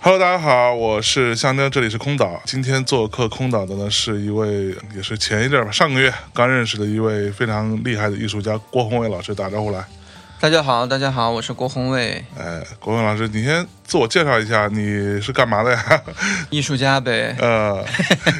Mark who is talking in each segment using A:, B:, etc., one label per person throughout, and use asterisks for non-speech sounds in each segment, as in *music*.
A: Hello，大家好，我是香蕉，这里是空岛。今天做客空岛的呢，是一位也是前一阵儿吧，上个月刚认识的一位非常厉害的艺术家郭宏伟老师，打招呼来。
B: 大家好，大家好，我是郭宏伟，
A: 哎，郭宏伟老师，你先自我介绍一下，你是干嘛的呀？ *laughs*
B: 艺术家呗。 *laughs*
A: 呃，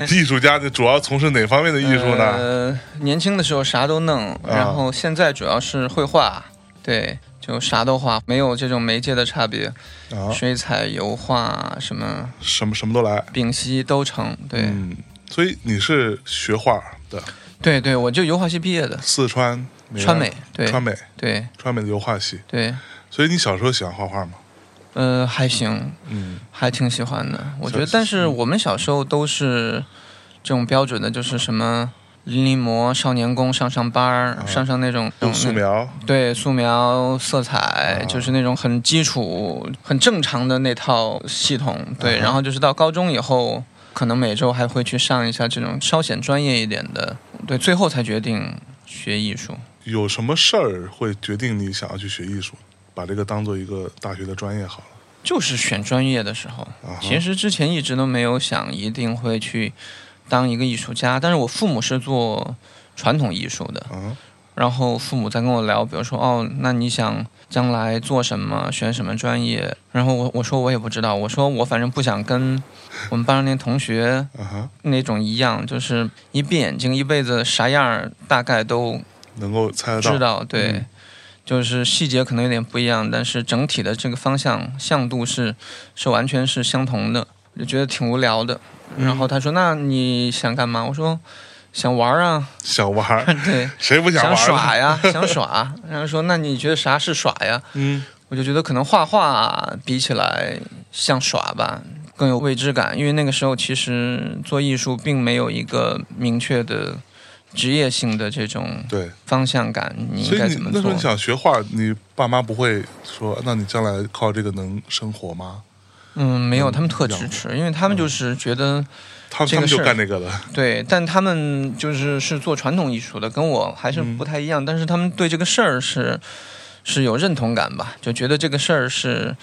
A: 艺术家的主要从事哪方面的艺术啊呢？
B: 呃，年轻的时候啥都弄，然后现在主要是绘画，对，就啥都画，没有这种媒介的差别，
A: 啊，
B: 水彩、油画、什么
A: 什么什么都来。
B: 丙烯都成。对，
A: 嗯，所以你是学画的，
B: 对对，我就油画系毕业的，
A: 四川绵阳
B: 川美，对
A: 川美
B: 对
A: 川美的油画系。
B: 对，
A: 所以你小时候喜欢画画吗？
B: 呃，还行，
A: 嗯，
B: 还挺喜欢的。我觉
A: 小嗯
B: 得，但是我们小时候都是这种标准的，就是什么临临摹、少年宫、上上班
A: 啊
B: 儿、上上那种
A: 用素描。
B: 对，素描、色彩，
A: 啊
B: 就是那种很基础、很正常的那套系统。对，
A: 啊
B: 然后就是到高中以后，可能每周还会去上一下这种稍显专业一点的。对，最后才决定学艺术。
A: 有什么事儿会决定你想要去学艺术，把这个当做一个大学的专业好了？
B: 就是选专业的时候，
A: 啊哈
B: 其实之前一直都没有想一定会去当一个艺术家，但是我父母是做传统艺术的，
A: 啊，
B: 然后父母在跟我聊，比如说哦，那你想将来做什么，选什么专业？然后我我说我也不知道，我说我反正不想跟我们班上那同学
A: 啊哈，
B: 那种一样，就是一闭眼睛一辈子啥样儿大概都
A: 能够猜得到。
B: 知道，对，
A: 嗯
B: 就是细节可能有点不一样，但是整体的这个方向向度是是完全是相同的，我就觉得挺无聊的。
A: 嗯
B: 然后他说：“那你想干嘛？”我说：“想玩儿啊，
A: 想玩儿，
B: *laughs* 对。”
A: 谁不玩
B: 想
A: 儿？
B: 耍呀， *laughs* 想耍。然后说，那你觉得啥是耍呀？
A: 嗯，
B: 我就觉得可能画画比起来像耍吧，更有未知感，因为那个时候其实做艺术并没有一个明确的职业性的这种
A: 对。
B: 方向感，你
A: 所
B: 嗯应
A: 以
B: 该
A: 你
B: 怎么
A: 那时候
B: 做
A: 你？想学画，你爸妈不会说，那你将来靠这个能生活吗？
B: 嗯，没有，他们特
A: 养
B: 支持，因为他们就是觉得
A: 他们
B: 这
A: 他
B: 个
A: 们就
B: 事儿
A: 干这个了。
B: 对，但他们就是是做传统艺术的，跟我还是不太一样。但是他们对这个事儿是是有认同感吧，就觉得这个事儿是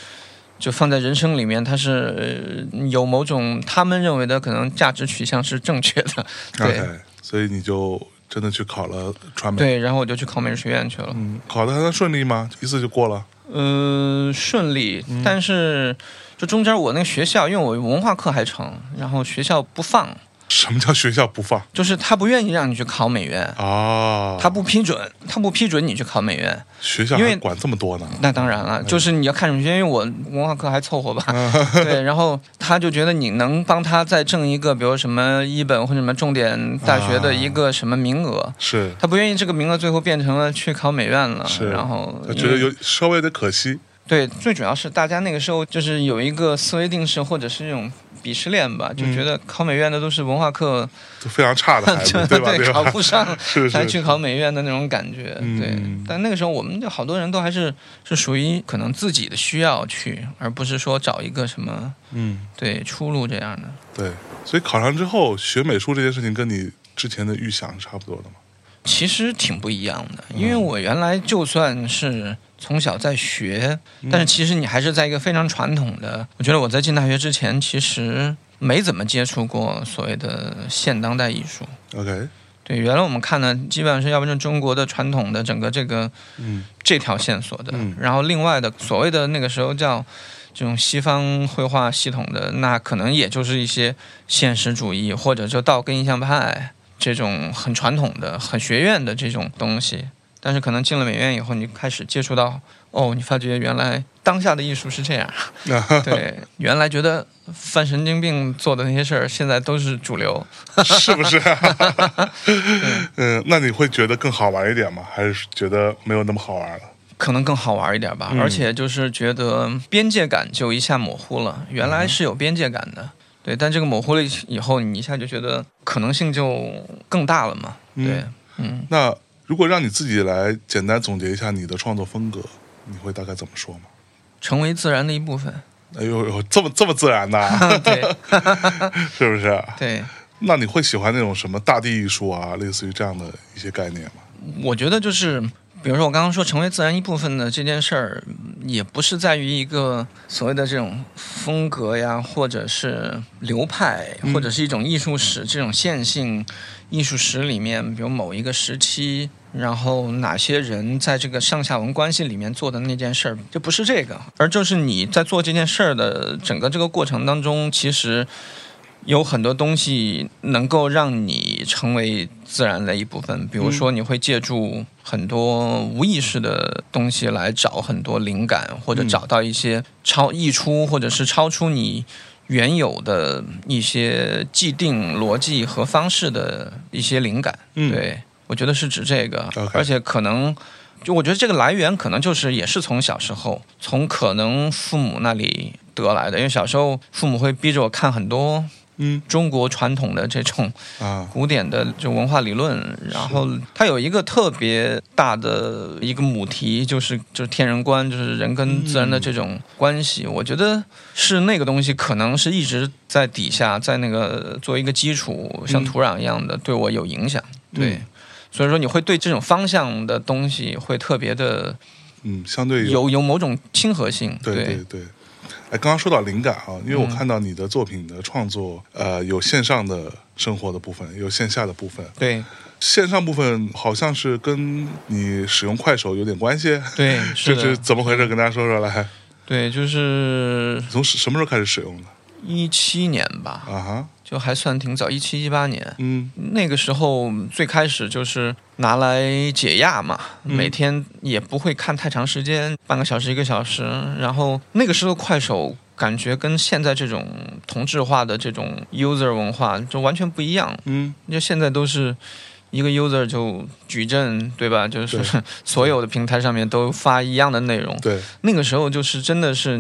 B: 就放在人生里面，它是呃有某种他们认为的可能价值取向是正确的。对
A: OK，所以你就真的去考了传媒。
B: 对，然后我就去考美术学院去了，
A: 嗯，考的还算顺利吗？一次就过了。
B: 嗯、顺利，但是就中间我那个学校，因为我文化课还成，然后学校不放，
A: 什么叫学校不放
B: 就是他不愿意让你去考美院。
A: 啊？
B: 他不批准，他不批准你去考美院，
A: 学校
B: 因
A: 还
B: 为
A: 管这么多呢？
B: 那当然了，就是你要看什么学，因为我文化课还凑合吧，
A: 嗯
B: 对。然后他就觉得你能帮他再挣一个，比如什么一本或者什么重点大学的
A: 啊
B: 一个什么名额，
A: 是，
B: 他不愿意这个名额最后变成了去考美院了
A: 是。
B: 然后
A: 他觉得有稍微有点可惜。
B: 对，最主要是大家那个时候就是有一个思维定式，或者是这种鄙视链吧，就
A: 嗯
B: 觉得考美院的都是文化课，
A: 就非常差的孩子，
B: *laughs* 就
A: 对吧？对
B: 考
A: 吧？
B: 不上，
A: *laughs* 是
B: 才
A: 是
B: 去考美院的那种感觉，
A: 嗯
B: 对
A: 嗯。
B: 但那个时候我们就好多人都还是是属于可能自己的需要去，而不是说找一个什么
A: 嗯，
B: 对出路这样的。
A: 对。所以考上之后学美术这件事情，跟你之前的预想是差不多的嘛？
B: 其实挺不一样的，因
A: 嗯
B: 为我原来就算是从小在学，
A: 嗯
B: 但是其实你还是在一个非常传统的。我觉得我在进大学之前，其实没怎么接触过所谓的现当代艺术。
A: OK，
B: 对，原来我们看的基本上是要不就是中国的传统的整个这个
A: 嗯
B: 这条线索的。
A: 嗯
B: 然后另外的所谓的那个时候叫这种西方绘画系统的，那可能也就是一些现实主义或者就道跟印象派这种很传统的、很学院的这种东西。但是可能进了美院以后，你就开始接触到哦，你发觉原来当下的艺术是这
A: *laughs*
B: 样。 *laughs* 对，原来觉得犯神经病做的那些事儿，现在都是主流。
A: 是不
B: *laughs*
A: 是？嗯，那你会觉得更好玩一点吗？还是觉得没有那么好玩了？
B: 可能更好玩一点吧，而且就是觉得边界感就一下模糊了，原来是有边界感的，对，但这个模糊了以后，你一下就觉得可能性就更大了嘛，对，嗯，
A: 那如果让你自己来简单总结一下你的创作风格，你会大概怎么说吗？
B: 成为自然的一部分，啊
A: 哎呦呦，这么这么自然的、
B: *laughs* 对
A: 是不是？
B: 对，
A: 那你会喜欢那种什么大地艺术啊，类似于这样的一些概念吗？
B: 我觉得就是。比如说，我刚刚说成为自然一部分的这件事儿，也不是在于一个所谓的这种风格呀，或者是流派，
A: 嗯
B: 或者是一种艺术史这种线性艺术史里面，比如某一个时期，然后哪些人在这个上下文关系里面做的那件事儿，这不是这个，而就是你在做这件事儿的整个这个过程当中，其实有很多东西能够让你成为自然的一部分，比如说你会借助很多无意识的东西来找很多灵感，或者
A: 嗯
B: 找到一些超溢出，或者是超出你。原有的一些既定逻辑和方式的一些灵感，
A: 嗯，，
B: 对，我觉得是指这个
A: OK
B: 而且可能就我觉得这个来源可能就是也是从小时候，从可能父母那里得来的，因为小时候父母会逼着我看很多
A: 嗯
B: 中国传统的这种
A: 啊，
B: 古典的就文化理论，然后它有一个特别大的一个母题，就是就是天人观，就是人跟自然的这种关系。我觉得是那个东西，可能是一直在底下，在那个作为一个基础，像土壤一样的，对我有影响。对，所以说你会对这种方向的东西会特别的
A: 嗯，相对
B: 有有某种亲和性。
A: 对对对。哎，刚刚说到灵感啊，因为
B: 嗯
A: 我看到你的作品的创作，呃，有线上的生活的部分，有线下的部分。
B: 对
A: 线上部分好像是跟你使用快手有点关系， *laughs*
B: 对，
A: 这
B: 是的，
A: 是怎么回事？跟大家说说来。
B: 对，就是
A: 从什什么时候开始使用的？
B: 一七年吧，
A: 啊哈，
B: 就还算挺早，一七一八年。
A: 嗯
B: 那个时候最开始就是拿来解压嘛，
A: 嗯
B: 每天也不会看太长时间，半个小时一个小时。然后那个时候快手感觉跟现在这种同质化的这种 user 文化就完全不一样，
A: 嗯
B: 就现在都是。一个 user 就矩阵，对吧？就是
A: 对
B: 所有的平台上面都发一样的内容。
A: 对，
B: 那个时候就是真的是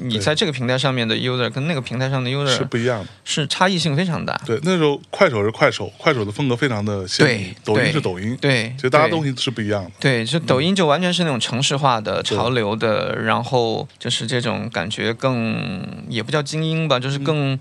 B: 你
A: 对
B: 在这个平台上面的 user 跟那个平台上的
A: 是
B: user
A: 不一样的。
B: 是差异性非常大。
A: 对，那时候快手是快手，快手的风格非常的鲜明，
B: 对
A: 抖音
B: 对
A: 是抖音，
B: 对，
A: 其实大家
B: 对
A: 东西是不一样的。
B: 对，就抖音就完全是那种城市化的、潮流的，然后就是这种感觉更也不叫精英吧，
A: 嗯
B: 就是更、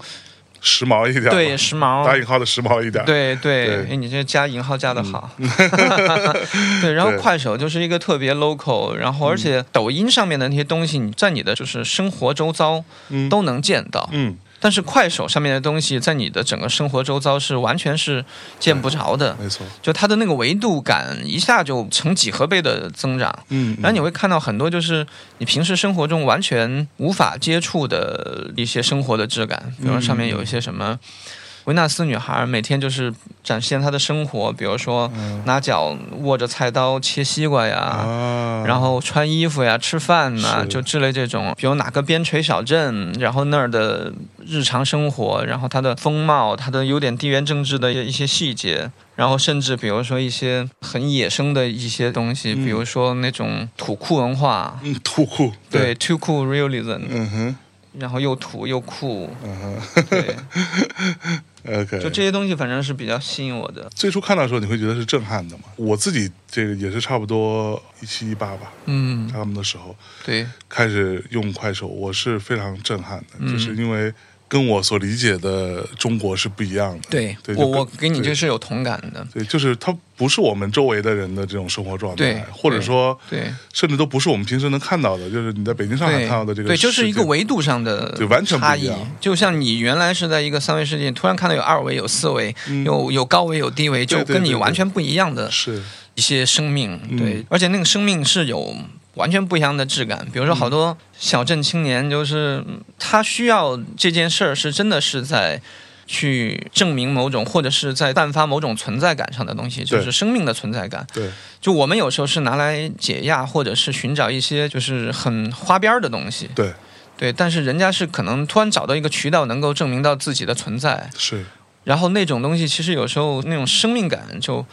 A: 时髦一点，
B: 对，
A: 打
B: 时髦。
A: 引号的时髦一点，，
B: 对对
A: 对，嗯
B: 哎，你这加引号加的
A: *laughs*
B: 好，对。然后
A: 对嗯
B: 快手就是一个特别 local，然后而且抖音上面的那些东西，你在你的就是生活周遭
A: 嗯，
B: 都能见到，
A: 嗯，
B: 但是快手上面的东西在你的整个生活周遭是完全是见不着的，
A: 没错，
B: 就它的那个维度感一下就成几何倍的增长。
A: 嗯，
B: 然后你会看到很多就是你平时生活中完全无法接触的一些生活的质感，比如说上面有一些什么维纳斯女孩每天就是展现她的生活，比如说
A: 嗯
B: 拿脚握着菜刀切西瓜呀。
A: 啊，
B: 然后穿衣服呀、吃饭呐、
A: 是
B: 就之类这种，比如哪个边陲小镇，然后那儿的日常生活，然后它的风貌，它的有点地缘政治的一些细节，然后甚至比如说一些很野生的一些东西，
A: 嗯
B: 比如说那种土库文化，
A: 嗯，土酷，
B: 对，too cool realism，、
A: 嗯哼，
B: 然后又土又酷，
A: 嗯哼
B: 对，
A: *laughs* ，OK，
B: 就这些东西反正是比较吸引我的，
A: 最初看到的时候，你会觉得是震撼的嘛？我自己这个也是差不多一七一八吧，
B: 嗯，
A: 他们的时候
B: 对，
A: 开始用快手，我是非常震撼的，
B: 嗯
A: 就是因为跟我所理解的中国是不一样的。
B: 对
A: 对
B: 我
A: 就跟
B: 我给你
A: 对
B: 这是有同感的，
A: 对，就是它不是我们周围的人的这种生活状态
B: 对，
A: 或者说，
B: 对
A: 甚至都不是我们平时能看到的，就是你在北京、上海
B: 对
A: 看到的这个
B: 对，就是一
A: 世
B: 个
A: 界
B: 维度上的
A: 对完全不一
B: 差
A: 样
B: 异，就像你原来是在一个三维世界，突然看到有二维、有四维、
A: 嗯
B: 有有高维、有低
A: 对
B: 维，就
A: 对
B: 跟你
A: 对对
B: 完全不一样的
A: 是
B: 一些生命，
A: 嗯
B: 对，而且那个生命是有完全不一样的质感。比如说，好多小镇青年就是嗯他需要这件事儿，是真的是在去证明某种，或者是在散发某种存在感上的东西，
A: 对
B: 就是生命的存在感。
A: 对，
B: 就我们有时候是拿来解压，或者是寻找一些就是很花边儿的东西。
A: 对，
B: 对，但是人家是可能突然找到一个渠道，能够证明到自己的存在，
A: 是
B: 然后那种东西其实有时候那种生命感就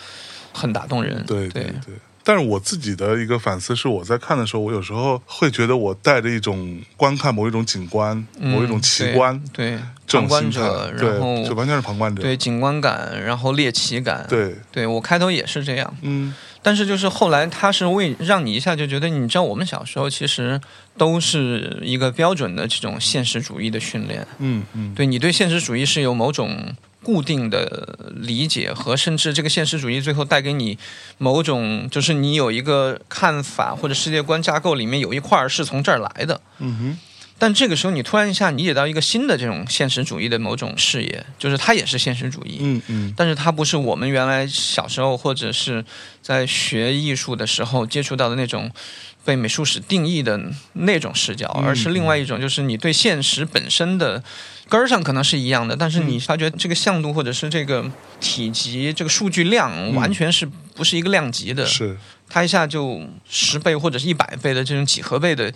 B: 很打动人。
A: 对
B: 对
A: 对。但是我自己的一个反思是，我在看的时候，我有时候会觉得我带着一种观看某一种景观、某一种奇观
B: 嗯对，
A: 这种心
B: 旁观
A: 态
B: 者，，然
A: 对，就
B: 后
A: 完全是旁观者。
B: 对景观感，然后猎奇感。
A: 对，
B: 对我开头也是这样，
A: 嗯，
B: 但是就是后来他是为让你一下就觉得，你知道我们小时候其实都是一个标准的这种现实主义的训练，
A: 嗯嗯，
B: 对你对现实主义是有某种固定的理解和，甚至这个现实主义最后带给你某种，就是你有一个看法或者世界观架构里面有一块儿是从这儿来的。
A: 嗯哼，
B: 但这个时候，你突然一下理解到一个新的这种现实主义的某种视野，就是它也是现实主义，
A: 嗯嗯，
B: 但是它不是我们原来小时候或者是在学艺术的时候接触到的那种被美术史定义的那种视角，
A: 嗯
B: 而是另外一种，就是你对现实本身的根儿上可能是一样的，但是你发觉这个向度或者是这个体积、这个数据
A: 嗯
B: 量，完全是不是一个量级的，
A: 是，
B: 它一下就十倍或者是一百倍的这种几何倍的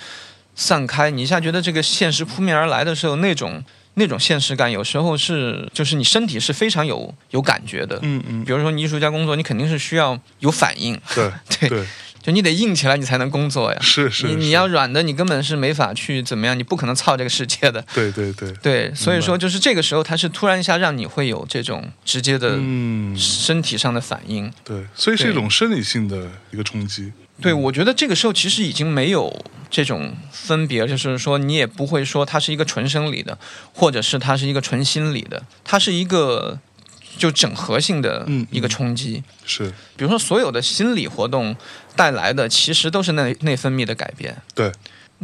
B: 散开，你一下觉得这个现实扑面而来的时候，那种那种现实感，有时候是就是你身体是非常有有感觉的。
A: 嗯嗯，
B: 比如说你艺术家工作，你肯定是需要有反应，
A: 对
B: *laughs* 对，
A: 对，
B: 就你得硬起来你才能工作呀。
A: 是是，
B: 你
A: 是
B: 你要软的，你根本是没法去怎么样，你不可能操这个世界的。
A: 对对对，
B: 对，所以说就是这个时候，它是突然一下让你会有这种直接的
A: 嗯，
B: 身体上的反应。
A: 对，所以是一
B: 对
A: 种生理性的一个冲击。
B: 对，我觉得这个时候其实已经没有这种分别，就是说你也不会说它是一个纯生理的，或者是它是一个纯心理的，它是一个就整合性的
A: 嗯
B: 一个冲击。
A: 是
B: 比如说，所有的心理活动带来的其实都是内内分泌的改变。
A: 对，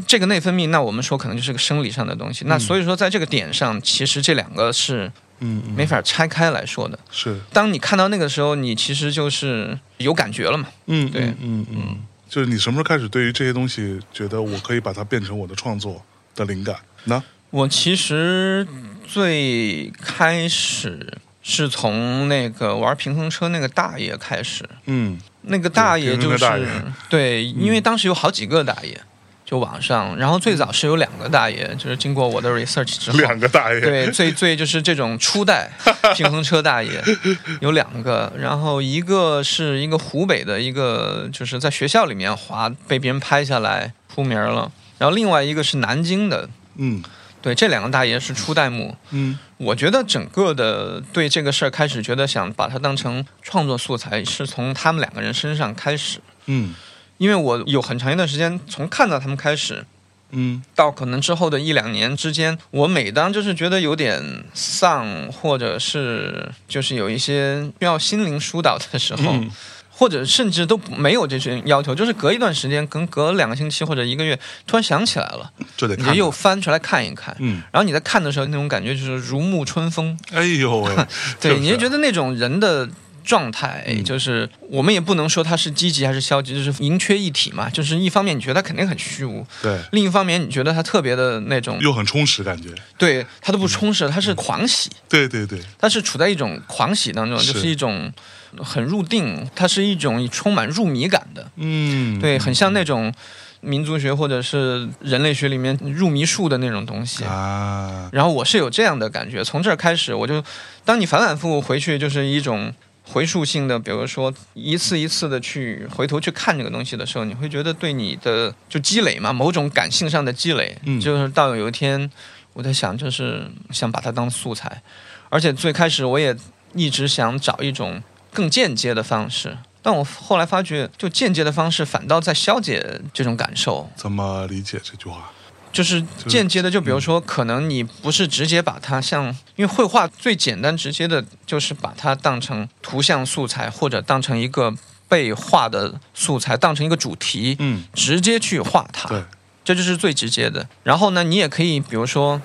B: 这个内分泌，那我们说可能就是个生理上的东西。那所以说，在这个点上，其实这两个是
A: 嗯，嗯
B: 没法拆开来说的。
A: 是，
B: 当你看到那个时候，你其实就是有感觉了嘛。
A: 嗯，
B: 对
A: 嗯嗯嗯，就是你什么时候开始对于这些东西觉得我可以把它变成我的创作的灵感呢？
B: 我其实最开始是从那个玩平衡车那个大爷开始，
A: 嗯
B: 那个大爷就
A: 对平衡车大
B: 是
A: 爷
B: 对，因为当时有好几个大爷，就网上，然后最早是有两个大爷，就是经过我的 research 之后，
A: 两个大爷，
B: 对，最最就是这种初代平衡车大爷 *laughs* 有两个，然后一个是一个湖北的一个，就是在学校里面滑被别人拍下来出名了，然后另外一个是南京的，
A: 嗯
B: 对，这两个大爷是初代目。
A: 嗯
B: 我觉得整个的对这个事儿开始觉得想把它当成创作素材，是从他们两个人身上开始。
A: 嗯
B: 因为我有很长一段时间，从看到他们开始，
A: 嗯
B: 到可能之后的一两年之间，我每当就是觉得有点丧，或者是就是有一些需要心灵疏导的时候，
A: 嗯
B: 或者甚至都没有这些要求，就是隔一段时间，可能隔两个星期或者一个月，突然想起来了，
A: 这得
B: 你
A: 看
B: 就
A: 看，
B: 又翻出来看一看。
A: 嗯，
B: 然后你在看的时候，那种感觉就是如沐春风，
A: 哎呦喂，
B: 对，
A: 是不嗯
B: 你
A: 是
B: 就觉得那种人的状态，哎就是我们也不能说他是积极还是消极，就是盈缺一体嘛。就是一方面你觉得他肯定很虚无，
A: 对，
B: 另一方面你觉得他特别的那种，
A: 又很充实感觉，
B: 对他都不充
A: 嗯
B: 实，他是狂喜，
A: 对对对，
B: 他是处在一种狂喜当中，
A: 是
B: 就是一种很入定，它是一种充满入迷感的，
A: 嗯，
B: 对，很像那种。民族学或者是人类学里面入迷术的那种东西，
A: 啊，
B: 然后我是有这样的感觉，从这儿开始，我就当你反反复复回去，就是一种回溯性的，比如说一次一次的去回头去看这个东西的时候，你会觉得对你的就积累嘛，某种感性上的积累，
A: 嗯
B: 就是到有一天我在想，就是想把它当素材，而且最开始我也一直想找一种更间接的方式。但我后来发觉，就间接的方式反倒在消解这种感受，
A: 怎么理解这句话？
B: 就是
A: 是
B: 间接的，就比如说，可能你不是直接把它像，因为绘画最简单直接的，就是把它当成图像素材，或者当成一个被画的素材，当成一个主题，
A: 嗯，
B: 直接去画它。
A: 对，
B: 这就是最直接的。然后呢，你也可以，比如说，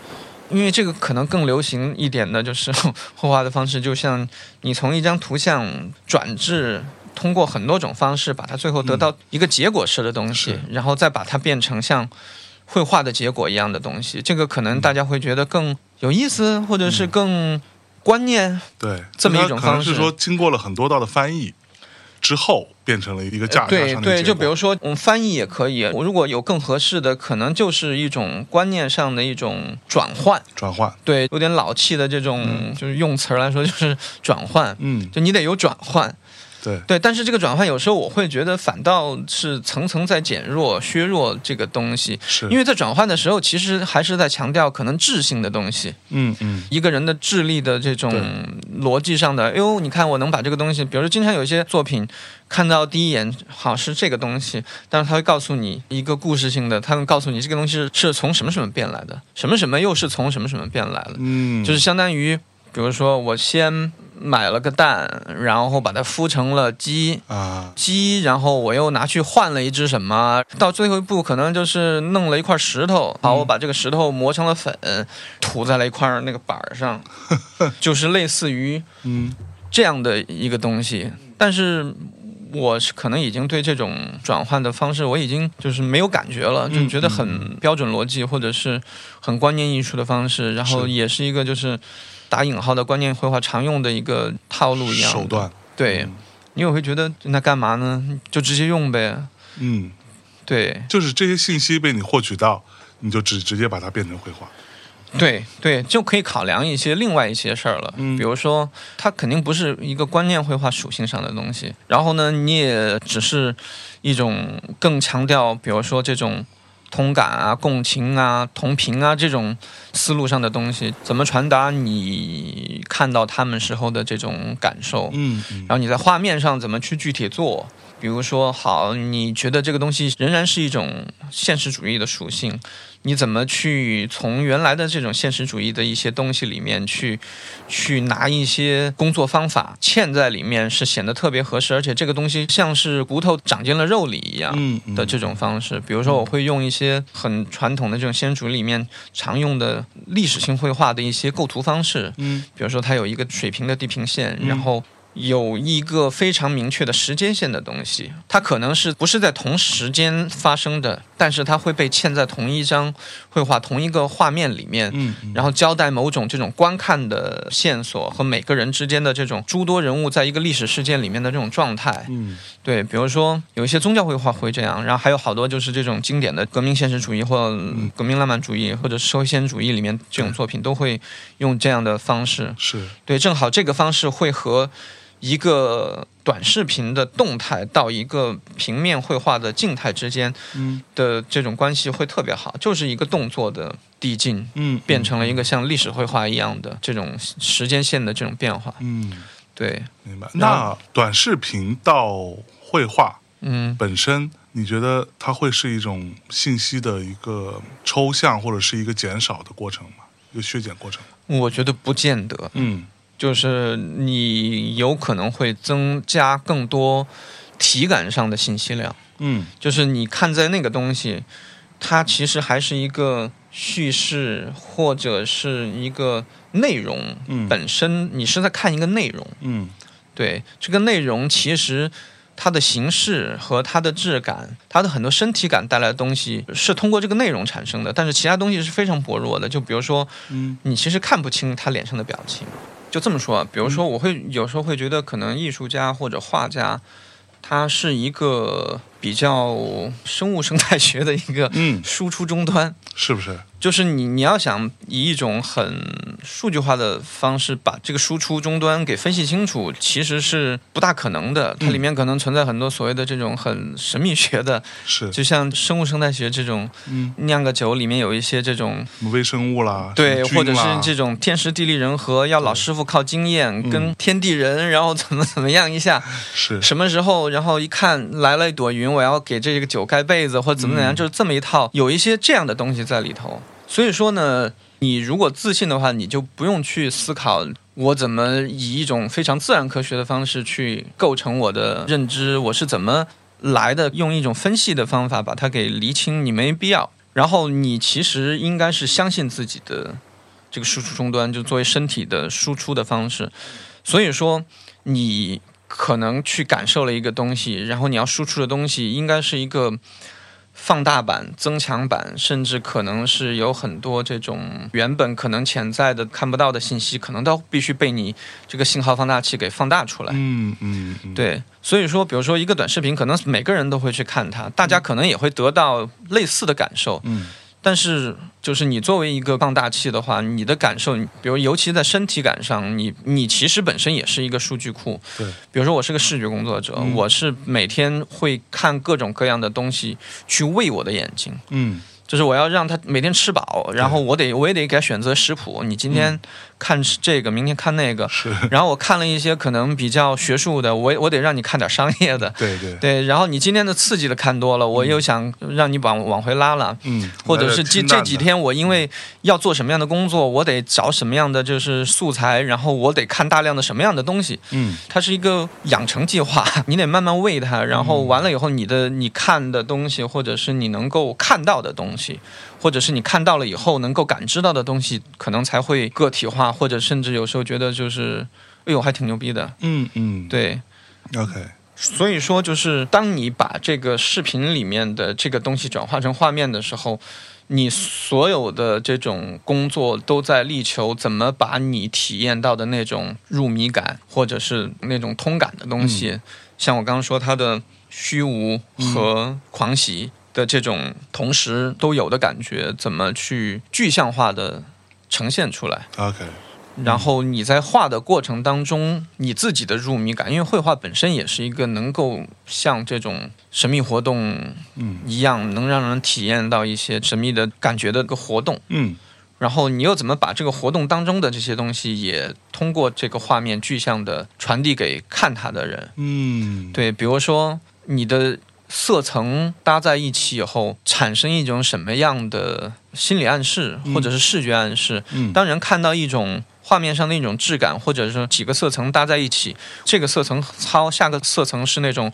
B: 因为这个可能更流行一点的就是 *laughs* 绘画的方式，就像你从一张图像转至。通过很多种方式把它最后得到一个结果式的东西，
A: 嗯是
B: 然后再把它变成像绘
A: 嗯
B: 画的结果一样的东西，这个可能大家会觉得更有意思，或者是更观念，
A: 对，
B: 这么一种
A: 它可能
B: 方式
A: 是说经过了很多道的翻译之后，变成了一个价值
B: 呃对
A: 上的
B: 对，
A: 结
B: 就比
A: 果
B: 如说，嗯，翻译也可以。我如果有更合适的，可能就是一种观念上的一种转换。
A: 转换，
B: 对，有点老气的这种，就是用词儿来说，就是转换。
A: 嗯，
B: 就你得有转换，
A: 对，
B: 对，但是这个转换有时候我会觉得反倒是层层在减弱、削弱这个东西，
A: 是，
B: 因为在转换的时候，其实还是在强调可能智性的东西，
A: 嗯嗯，
B: 一个人的智力的这种
A: 对
B: 逻辑上的。哎呦，你看我能把这个东西，比如说经常有一些作品，看到第一眼好是这个东西，但是他会告诉你一个故事性的，他会告诉你这个东西是是从什么什么变来的，什么什么又是从什么什么变来的。
A: 嗯，
B: 就是相当于，比如说我先买了个蛋，然后把它孵成了鸡。
A: 啊，
B: 鸡，然后我又拿去换了一只什么，到最后一步可能就是弄了一块石头，好，我把这个石头磨成了粉，涂在了一块那个板
A: *laughs*
B: 儿上，就是类似于
A: 嗯，
B: 这样的一个东西。但是我是可能已经对这种转换的方式，我已经就是没有感觉了，就
A: 嗯
B: 觉得很标准逻辑或者是很观念艺术的方式，然后
A: 是
B: 也是一个就是打引号的观念绘画常用的一个套路一样的
A: 手。段，
B: 对，
A: 嗯
B: 因为我会觉得那干嘛呢？就直接用呗。
A: 嗯，
B: 对
A: 就是这些信息被你获取到，你就直直接把它变成绘画，
B: 对对，就可以考量一些另外一些事儿了。
A: 嗯
B: 比如说，它肯定不是一个观念绘画属性上的东西。然后呢，你也只是一种更强调，比如说这种同感啊、共情啊、同频啊这种思路上的东西，怎么传达你看到他们时候的这种感受？
A: 嗯嗯
B: 然后你在画面上怎么去具体做？比如说，好，你觉得这个东西仍然是一种现实主义的属性，你怎么去从原来的这种现实主义的一些东西里面去，去拿一些工作方法嵌在里面，是显得特别合适，而且这个东西像是骨头长进了肉里一样。
A: 嗯嗯
B: 的这种方式，比如说我会用一些很传统的这种先主里面常用的历史性绘画的一些构图方式，
A: 嗯
B: 比如说它有一个水平的地平线，
A: 嗯
B: 然后有一个非常明确的时间线的东西，它可能是不是在同时间发生的，但是它会被嵌在同一张绘画同一个画面里面。
A: 嗯嗯
B: 然后交代某种这种观看的线索和每个人之间的这种诸多人物在一个历史事件里面的这种状态，
A: 嗯
B: 对，比如说有一些宗教绘画会这样，然后还有好多就是这种经典的革命现实主义或
A: 嗯
B: 革命浪漫主义或者社会现实主义里面这种作品都会用这样的方式。
A: 是
B: 对，正好这个方式会和一个短视频的动态到一个平面绘画的静态之间
A: 嗯
B: 的这种关系会特别好，就是一个动作的递进。
A: 嗯
B: 变成了一个像历史绘画一样的这种时间线的这种变化，
A: 嗯
B: 对，
A: 明白。
B: 然
A: 那短视频到绘画
B: 嗯，
A: 本身，你觉得它会是一种信息的一个抽象或者是一个减少的过程吗？一个削减过程吗？
B: 我觉得不见得，
A: 嗯
B: 就是你有可能会增加更多体感上的信息量，
A: 嗯
B: 就是你看在那个东西，它其实还是一个叙事或者是一个内容
A: 嗯
B: 本身，你是在看一个内容，
A: 嗯
B: 对这个内容其实。它的形式和它的质感，它的很多身体感带来的东西是通过这个内容产生的，但是其他东西是非常薄弱的。就比如说，
A: 嗯
B: 你其实看不清他脸上的表情。就这么说，啊比如说，我会有时候会觉得，可能艺术家或者画家，他是一个比较生物生态学的一个
A: 嗯，
B: 输出终端，
A: 是不是？
B: 就是你你要想以一种很数据化的方式把这个输出终端给分析清楚，其实是不大可能的。它里面可能存在很多所谓的这种很神秘学的，
A: 是
B: 就像生物生态学这种
A: 嗯，
B: 酿个酒里面有一些这种
A: 什么微生物啦，
B: 对，
A: 什么
B: 或者
A: 菌
B: 是
A: 啦
B: 这种嗯天时地利人和，要老师傅靠经验跟天地人，然后怎么怎么样一下，
A: 是
B: 什么时候，然后一看来了一朵云，我要给这个酒盖被子，或者怎么怎么样，
A: 嗯
B: 就是这么一套，有一些这样的东西在里头。所以说呢，你如果自信的话，你就不用去思考我怎么以一种非常自然科学的方式去构成我的认知，我是怎么来的，用一种分析的方法把它给厘清，你没必要。然后你其实应该是相信自己的这个输出终端，就作为身体的输出的方式。所以说，你可能去感受了一个东西，然后你要输出的东西应该是一个放大版、增强版，甚至可能是有很多这种原本可能潜在的看不到的信息，可能都必须被你这个信号放大器给放大出来。
A: 嗯嗯，嗯，
B: 对，所以说，比如说一个短视频，可能每个人都会去看它，大家可能也会得到类似的感受。
A: 嗯
B: 但是，就是你作为一个放大器的话，你的感受，比如尤其在身体感上，你你其实本身也是一个数据库。
A: 对，
B: 比如说我是个视觉工作者，
A: 嗯
B: 我是每天会看各种各样的东西去喂我的眼睛，
A: 嗯
B: 就是我要让他每天吃饱，然后我得我也得给他选择食谱，你今天看这个，明天看那个，
A: 嗯是，
B: 然后我看了一些可能比较学术的，我我得让你看点商业的。
A: 对嗯对，
B: 对，然后你今天的刺激的看多了，我又想让你往往回拉拉，
A: 嗯，
B: 或者是这
A: 清
B: 这
A: 淡
B: 几
A: 的，
B: 天我因为要做什么样的工作，我得找什么样的就是素材，然后我得看大量的什么样的东西，
A: 嗯
B: 它是一个养成计划，你得慢慢喂它，然后完了以后，你的你看的东西，或者是你能够看到的东西，或者是你看到了以后能够感知到的东西，可能才会个体化，或者甚至有时候觉得就是，哎呦，还挺牛逼的，
A: 嗯嗯，
B: 对。
A: ，OK，
B: 所以说，就是当你把这个视频里面的这个东西转化成画面的时候，你所有的这种工作都在力求怎么把你体验到的那种入迷感，或者是那种通感的东西，像我刚刚说它的虚无和狂喜的这种同时都有的感觉，怎么去具象化的呈现出来？
A: OK，
B: 然后你在画的过程当中，你自己的入迷感，因为绘画本身也是一个能够像这种神秘活动
A: 嗯
B: 一样，能让人体验到一些神秘的感觉的一个活动。
A: 嗯
B: 然后你又怎么把这个活动当中的这些东西，也通过这个画面具象的传递给看它的人？
A: 嗯，
B: 对，比如说你的色层搭在一起以后，产生一种什么样的心理暗示，或者是视觉暗示？
A: 嗯，
B: 当人看到一种画面上的一种质感，或者是几个色层搭在一起，这个色层糙，下个色层是那种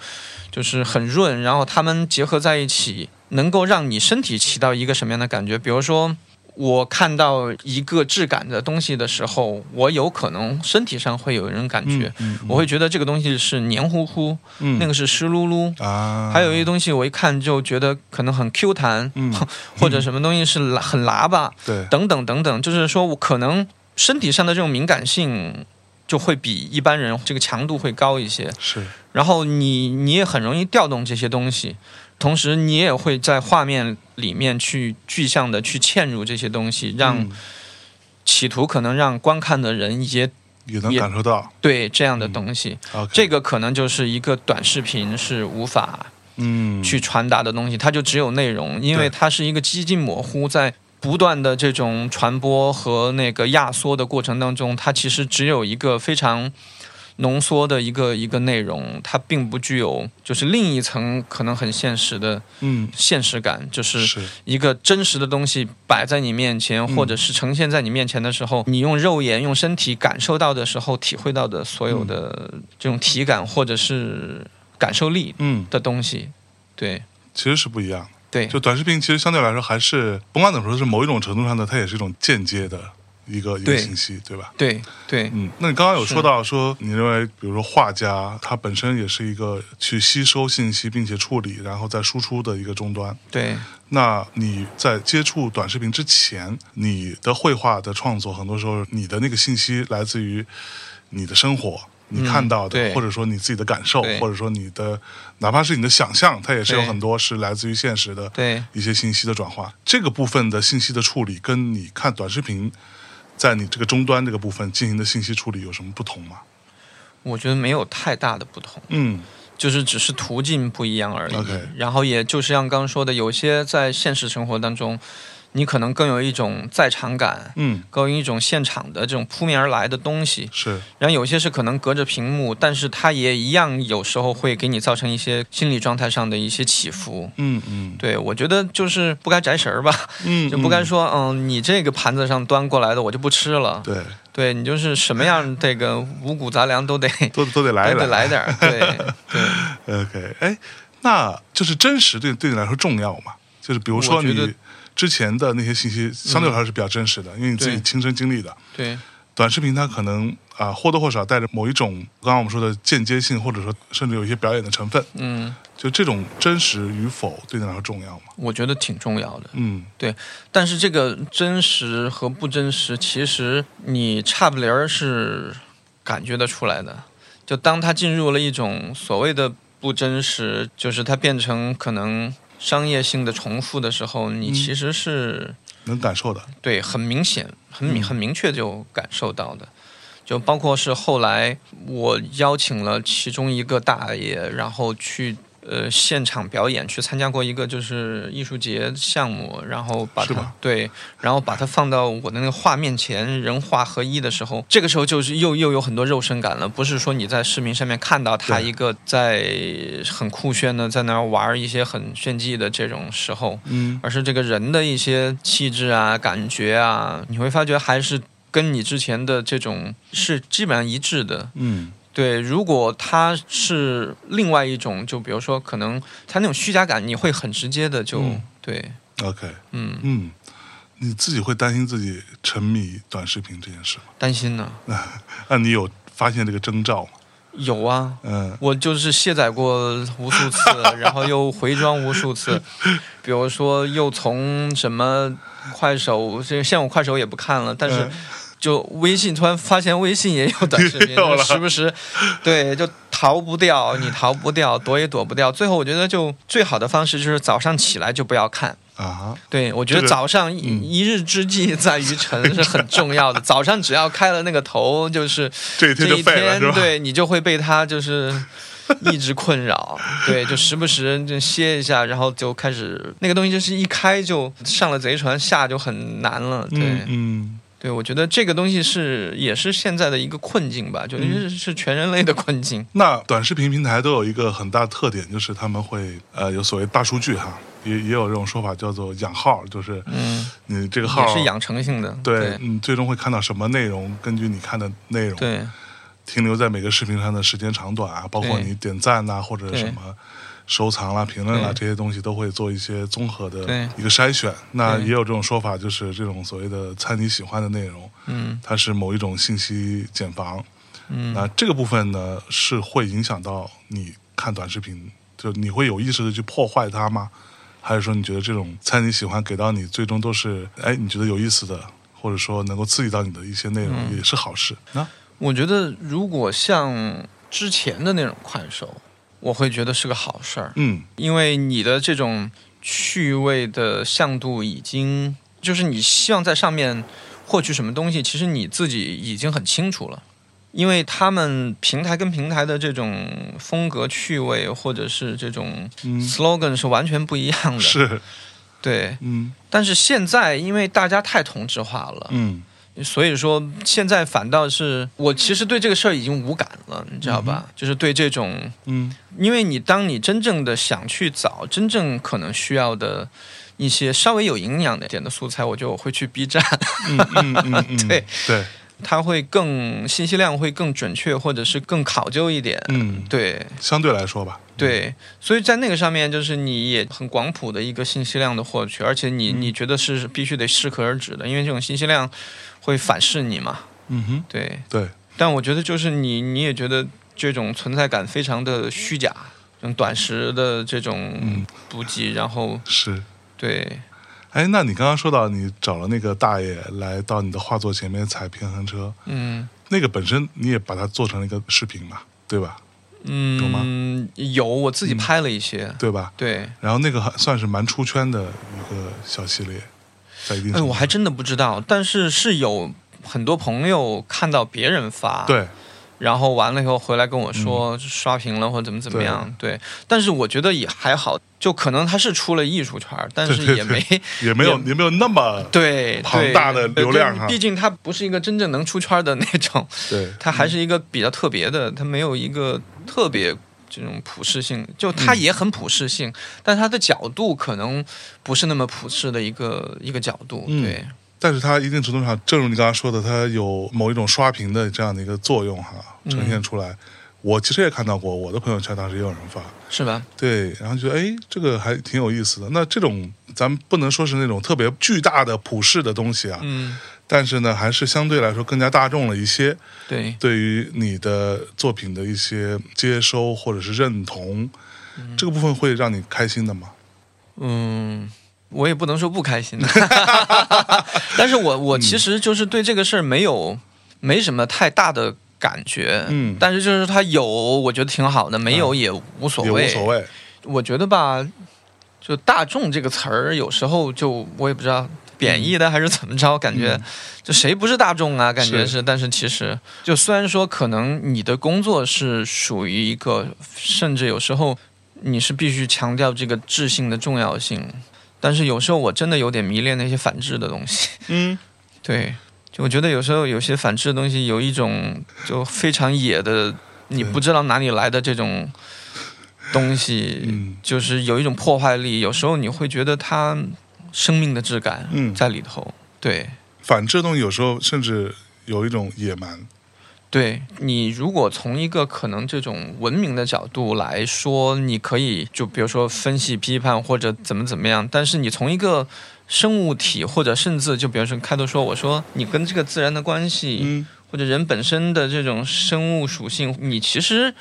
B: 就是很润，然后它们结合在一起，能够让你身体起到一个什么样的感觉？比如说。我看到一个质感的东西的时候，我有可能身体上会有一种感觉，
A: 嗯，嗯
B: 我会觉得这个东西是黏糊糊，
A: 嗯
B: 那个是湿漉漉，
A: 啊，
B: 还有一些东西我一看就觉得可能很 Q 弹，
A: 嗯
B: 或者什么东西是喇很喇叭，
A: 对，
B: 等等等等，就是说我可能身体上的这种敏感性就会比一般人这个强度会高一些，
A: 是，
B: 然后你你也很容易调动这些东西，同时你也会在画面里面去具象的去嵌入这些东西，让
A: 嗯
B: 企图可能让观看的人也
A: 也能
B: 也
A: 感受到
B: 对这样的东西，
A: ，OK，
B: 这个可能就是一个短视频是无法
A: 嗯
B: 去传达的东西，它就只有内容，因为
A: 对
B: 它是一个几近模糊，在不断的这种传播和那个压缩的过程当中，它其实只有一个非常浓缩的一个一个内容，它并不具有就是另一层可能很现实的
A: 嗯
B: 现实感，就是
A: 是嗯
B: 一个真实的东西摆在你面前，或者是呈现在你面前的时候，你用肉眼、用身体感受到的时候，体会到的所有的这种体感或者是感受力
A: 嗯，
B: 的东西，对。
A: 其实是不一样的。
B: 对
A: 就短视频其实相对来说还是，甭管怎么说，是某一种程度上的，它也是一种间接的一个一个
B: 对
A: 信息，对吧？
B: 对对，
A: 嗯，那你刚刚有说
B: 是
A: 到说，你认为比如说画家他本身也是一个去吸收信息并且处理，然后再输出的一个终端。
B: 对，
A: 那你在接触短视频之前，你的绘画的创作，很多时候你的那个信息来自于你的生活，你看到的，
B: 嗯对
A: 或者说你自己的感受，
B: 对
A: 或者说你的哪怕是你的想象，它也是有
B: 对
A: 很多是来自于现实的
B: 对
A: 一些信息的转化。这个部分的信息的处理，跟你看短视频。在你这个终端这个部分进行的信息处理有什么不同吗？
B: 我觉得没有太大的不同，
A: 嗯
B: 就是只是途径不一样而已。
A: OK
B: 然后也就是像刚刚说的，有些在现实生活当中，你可能更有一种在场感。
A: 嗯，
B: 更有一种现场的这种扑面而来的东西，
A: 是
B: 然后有些是可能隔着屏幕，但是它也一样，有时候会给你造成一些心理状态上的一些起伏。
A: 嗯嗯
B: 对我觉得就是不该宅神儿吧，
A: 嗯，
B: 就不该
A: 嗯
B: 说，嗯，你这个盘子上端过来的我就不吃了。
A: 对，
B: 对你就是什么样，这个五谷杂粮都得
A: 都都得 *laughs* 来一
B: 得
A: *laughs*
B: 来点儿，对对。
A: OK，哎，那就是真实对对你来说重要嘛？就是比如说
B: 我觉得
A: 你之前的那些信息，相对来说是比较真实的，因为你自己
B: 对
A: 亲身经历的。
B: 对
A: 短视频它可能啊、或多或少带着某一种刚刚我们说的间接性，或者说甚至有一些表演的成分。
B: 嗯，
A: 就这种真实与否对你来说重要吗？
B: 我觉得挺重要的。
A: 嗯
B: 但是这个真实和不真实，其实你差不离儿是感觉得出来的。就当它进入了一种所谓的不真实，就是它变成可能商业性的重复的时候，你
A: 嗯
B: 其实是、
A: 能感受的。
B: 对，很明显，很明
A: 嗯
B: 很明确就感受到的，就包括是后来我邀请了其中一个大爷，然后去呃现场表演，去参加过一个就是艺术节项目，然后把
A: 是
B: 它
A: 吧
B: 对，然后把它放到我的那个画面前，人画合一的时候，这个时候就是又又有很多肉身感了，不是说你在视频上面看到他
A: 对
B: 一个在很酷炫的在那儿玩一些很炫技的这种时候，
A: 嗯
B: 而是这个人的一些气质啊、感觉啊，你会发觉还是跟你之前的这种是基本上一致的。
A: 嗯
B: 对，如果他是另外一种，就比如说可能他那种虚假感，你会很直接的就、
A: 嗯
B: 对，
A: ，OK，
B: 嗯，
A: 嗯，你自己会担心自己沉迷短视频这件事吗？
B: 担心呢，
A: 那你有发现这个征兆吗？
B: 有啊。
A: 嗯
B: 我就是卸载过无
A: *laughs*
B: 数次，然后又回装无数次，比如说又从什么快手，这现在我快手也不看了，但是
A: 嗯
B: 就微信突然发现微信也有短视频，
A: 有了
B: 就时不时，对，就逃不掉，你逃不掉，躲也躲不掉。最后我觉得就最好的方式就是早上起来就不要看。
A: 啊，
B: 对，我觉
A: 这个
B: 得
A: 嗯
B: 早上一,、一日之计在于晨是很重要的。早上只要开了那个头，就是
A: 这一天
B: 这
A: 就
B: 一
A: 废了
B: 天
A: 是吧？
B: 对你就会被他就是一直困
A: *laughs*
B: 扰，对，就时不时就歇一下，然后就开始那个东西就是一开就上了贼船，下就很难了，对，
A: 嗯嗯
B: 对，我觉得这个东西是也是现在的一个困境吧，
A: 嗯
B: 就是、是全人类的困境，
A: 那短视频平台都有一个很大的特点，就是他们会呃有所谓大数据哈，也也有这种说法叫做养号，就是
B: 嗯，
A: 你这个号
B: 也是养成性的，
A: 对，你最终会看到什么内容，根据你看的内容，
B: 对
A: 停留在每个视频上的时间长短啊，包括
B: 对
A: 你点赞呐、或者
B: 对
A: 什么收藏啦、评论啦
B: 对
A: 这些东西，都会做一些综合的
B: 对
A: 一个筛选。那
B: 对
A: 也有这种说法，就是这种所谓的“猜你喜欢”的内容，
B: 嗯
A: 它是某一种信息茧房。
B: 嗯，
A: 那这个部分呢，是会影响到你看短视频，就你会有意识的去破坏它吗？还是说你觉得这种猜你喜欢给到你，最终都是哎你觉得有意思的，或者说能够刺激到你的一些内容，
B: 嗯
A: 也是好事？那
B: 我觉得如果像之前的那种快手，我会觉得是个好事儿，
A: 嗯
B: 因为你的这种趣味的向度已经，就是你希望在上面获取什么东西，其实你自己已经很清楚了。因为他们平台跟平台的这种风格、趣味，或者是这种
A: 嗯
B: slogan 是完全不一样的。，
A: 是
B: 对。
A: 嗯
B: 但是现在，因为大家太同质化了，
A: 嗯
B: 所以说，现在反倒是我其实对这个事儿已经无感了，你知道吧？就是对这种，
A: 嗯
B: 因为你当你真正的想去找真正可能需要的一些稍微有营养的点的素材，我觉得我会去 B 站，
A: 嗯嗯嗯嗯，
B: *laughs* 对
A: 对，
B: 它会更信息量会更准确，或者是更考究一点。
A: 嗯，
B: 对
A: 相对来说吧，
B: 对，所以在那个上面，就是你也很广谱的一个信息量的获取，而且你
A: 嗯
B: 你觉得是必须得适可而止的，因为这种信息量会反噬你嘛。
A: 嗯哼，
B: 对，
A: 对，
B: 但我觉得就是你，你也觉得这种存在感非常的虚假，这种短时的这种
A: 嗯
B: 补给，然后
A: 是。
B: 对，
A: 哎，那你刚刚说到你找了那个大爷来到你的画作前面踩平衡车，
B: 嗯
A: 那个本身你也把它做成了一个视频嘛，对吧？有
B: 嗯，有我自己
A: 嗯
B: 拍了一些，
A: 对吧？
B: 对，
A: 然后那个还算是蛮出圈的一个小系列，在一定
B: 哎，
A: 程度
B: 我还真的不知道，但是是有很多朋友看到别人发，
A: 对嗯
B: 然后完了以后回来跟我说刷屏了或者怎么怎么样，对，但是我觉得也还好，就可能他是出了艺术圈儿，但
A: 对
B: 是
A: 对
B: 也
A: 对
B: 没。
A: 也没有
B: 也
A: 也没有那么
B: 对，
A: 庞
B: 对
A: 大的流量
B: 对
A: 哈
B: 毕竟它不是一个真正能出圈的那种，
A: 对
B: 它还是一个比较特别的，它没有一个特别这种普适性，就它也很普适
A: 嗯
B: 性，但它的角度可能不是那么普适的一个一个角度，
A: 嗯
B: 对，
A: 但是它一定程度上，正如你刚刚说的，它有某一种刷屏的这样的一个作用哈，
B: 嗯
A: 呈现出来。我其实也看到过，我的朋友圈当时也有人发，
B: 是吧？
A: 对，然后觉得哎，这个还挺有意思的。那这种咱们不能说是那种特别巨大的普世的东西啊，
B: 嗯
A: 但是呢，还是相对来说更加大众了一些。
B: 对，
A: 对于你的作品的一些接收或者是认同，这个部分会让你开心的吗？
B: 嗯，我也不能说不
A: *laughs*
B: 开心， *laughs* 但是我
A: 嗯
B: 我其实就是对这个事儿没有没什么太大的感觉，
A: 嗯
B: 但是就是他有，我觉得挺好的，没有
A: 嗯
B: 也无所
A: 也
B: 谓，
A: 无所谓。
B: 我觉得吧，就“大众”这个词儿，有时候就我也不知道贬义的还是怎么着，感觉就谁不是大众啊？感觉
A: 是
B: 是，但是其实就虽然说可能你的工作是属于一个，甚至有时候你是必须强调这个质性的重要性，但是有时候我真的有点迷恋那些反制的东西。
A: 嗯，
B: 对，就我觉得有时候有些反制的东西有一种就非常野的，你
A: 对
B: 不知道哪里来的这种东西，
A: 嗯
B: 就是有一种破坏力。有时候你会觉得它生命的质感
A: 嗯
B: 在里头。对，
A: 反制的东西有时候甚至有一种野蛮。
B: 对你如果从一个可能这种文明的角度来说，你可以就比如说分析、批判或者怎么怎么样，但是你从一个生物体或者甚至就比如说开头说我说你跟这个自然的关系，
A: 嗯
B: 或者人本身的这种生物属性，你其实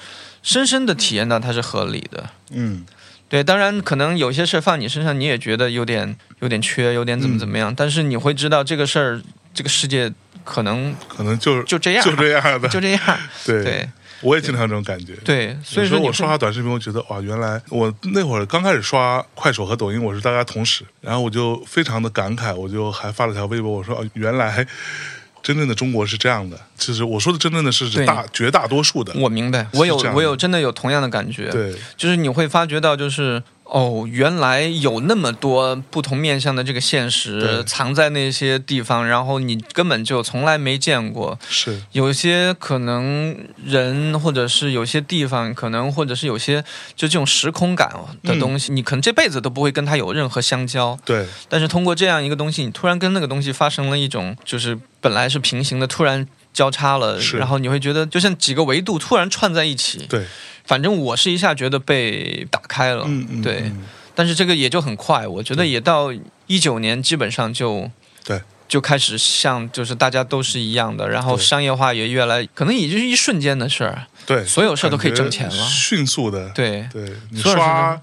B: 深深的体验到它是合理的。
A: 嗯
B: 对，当然可能有些事儿放你身上，你也觉得有点有点缺，有点
A: 嗯
B: 怎么怎么样，但是你会知道这个事儿，这个世界可
A: *laughs*
B: 能
A: 可能就
B: 就这样，
A: 就这样的。
B: 就这样。
A: 对，
B: 对
A: 我也经常有这种感觉。
B: 对，所
A: 有
B: 以
A: 时
B: 说
A: 候
B: 你
A: 我
B: 会
A: 刷短视频，我觉得哇，原来我那会儿刚开始刷快手和抖音，我是大家同时，然后我就非常的感慨，我就还发了条微博，我说啊，原来真正的中国是这样的。其实我说的真正的是指
B: 对嗯
A: 大绝大多数的，
B: 我明白，我有
A: 是这样的
B: 我有真的有同样的感觉。
A: 对，
B: 就是你会发觉到，就是哦，原来有那么多不同面向的这个现
A: 对
B: 实藏在那些地方，然后你根本就从来没见过。
A: 是
B: 有些可能人，或者是有些地方，可能或者是有些就这种时空感
A: 嗯
B: 的东西，你可能这辈子都不会跟它有任何相交。
A: 对，
B: 但是通过这样一个东西，你突然跟那个东西发生了一种，就是本来是平行的，突然交叉了
A: 是，
B: 然后你会觉得就像几个维度突然串在一起。
A: 对，
B: 反正我是一下觉得被打开了，
A: 嗯嗯，
B: 对
A: 嗯
B: 但是这个也就很快，我觉得也到一九年基本上就
A: 对。
B: 就开始像就是大家都是一样的，然后
A: 对
B: 商业化也越来，可能也就是一瞬间的事儿，
A: 对，
B: 所有事儿都可以挣钱
A: 感觉
B: 了。
A: 迅速的，
B: 对
A: 对，你
B: 所有事儿
A: 刷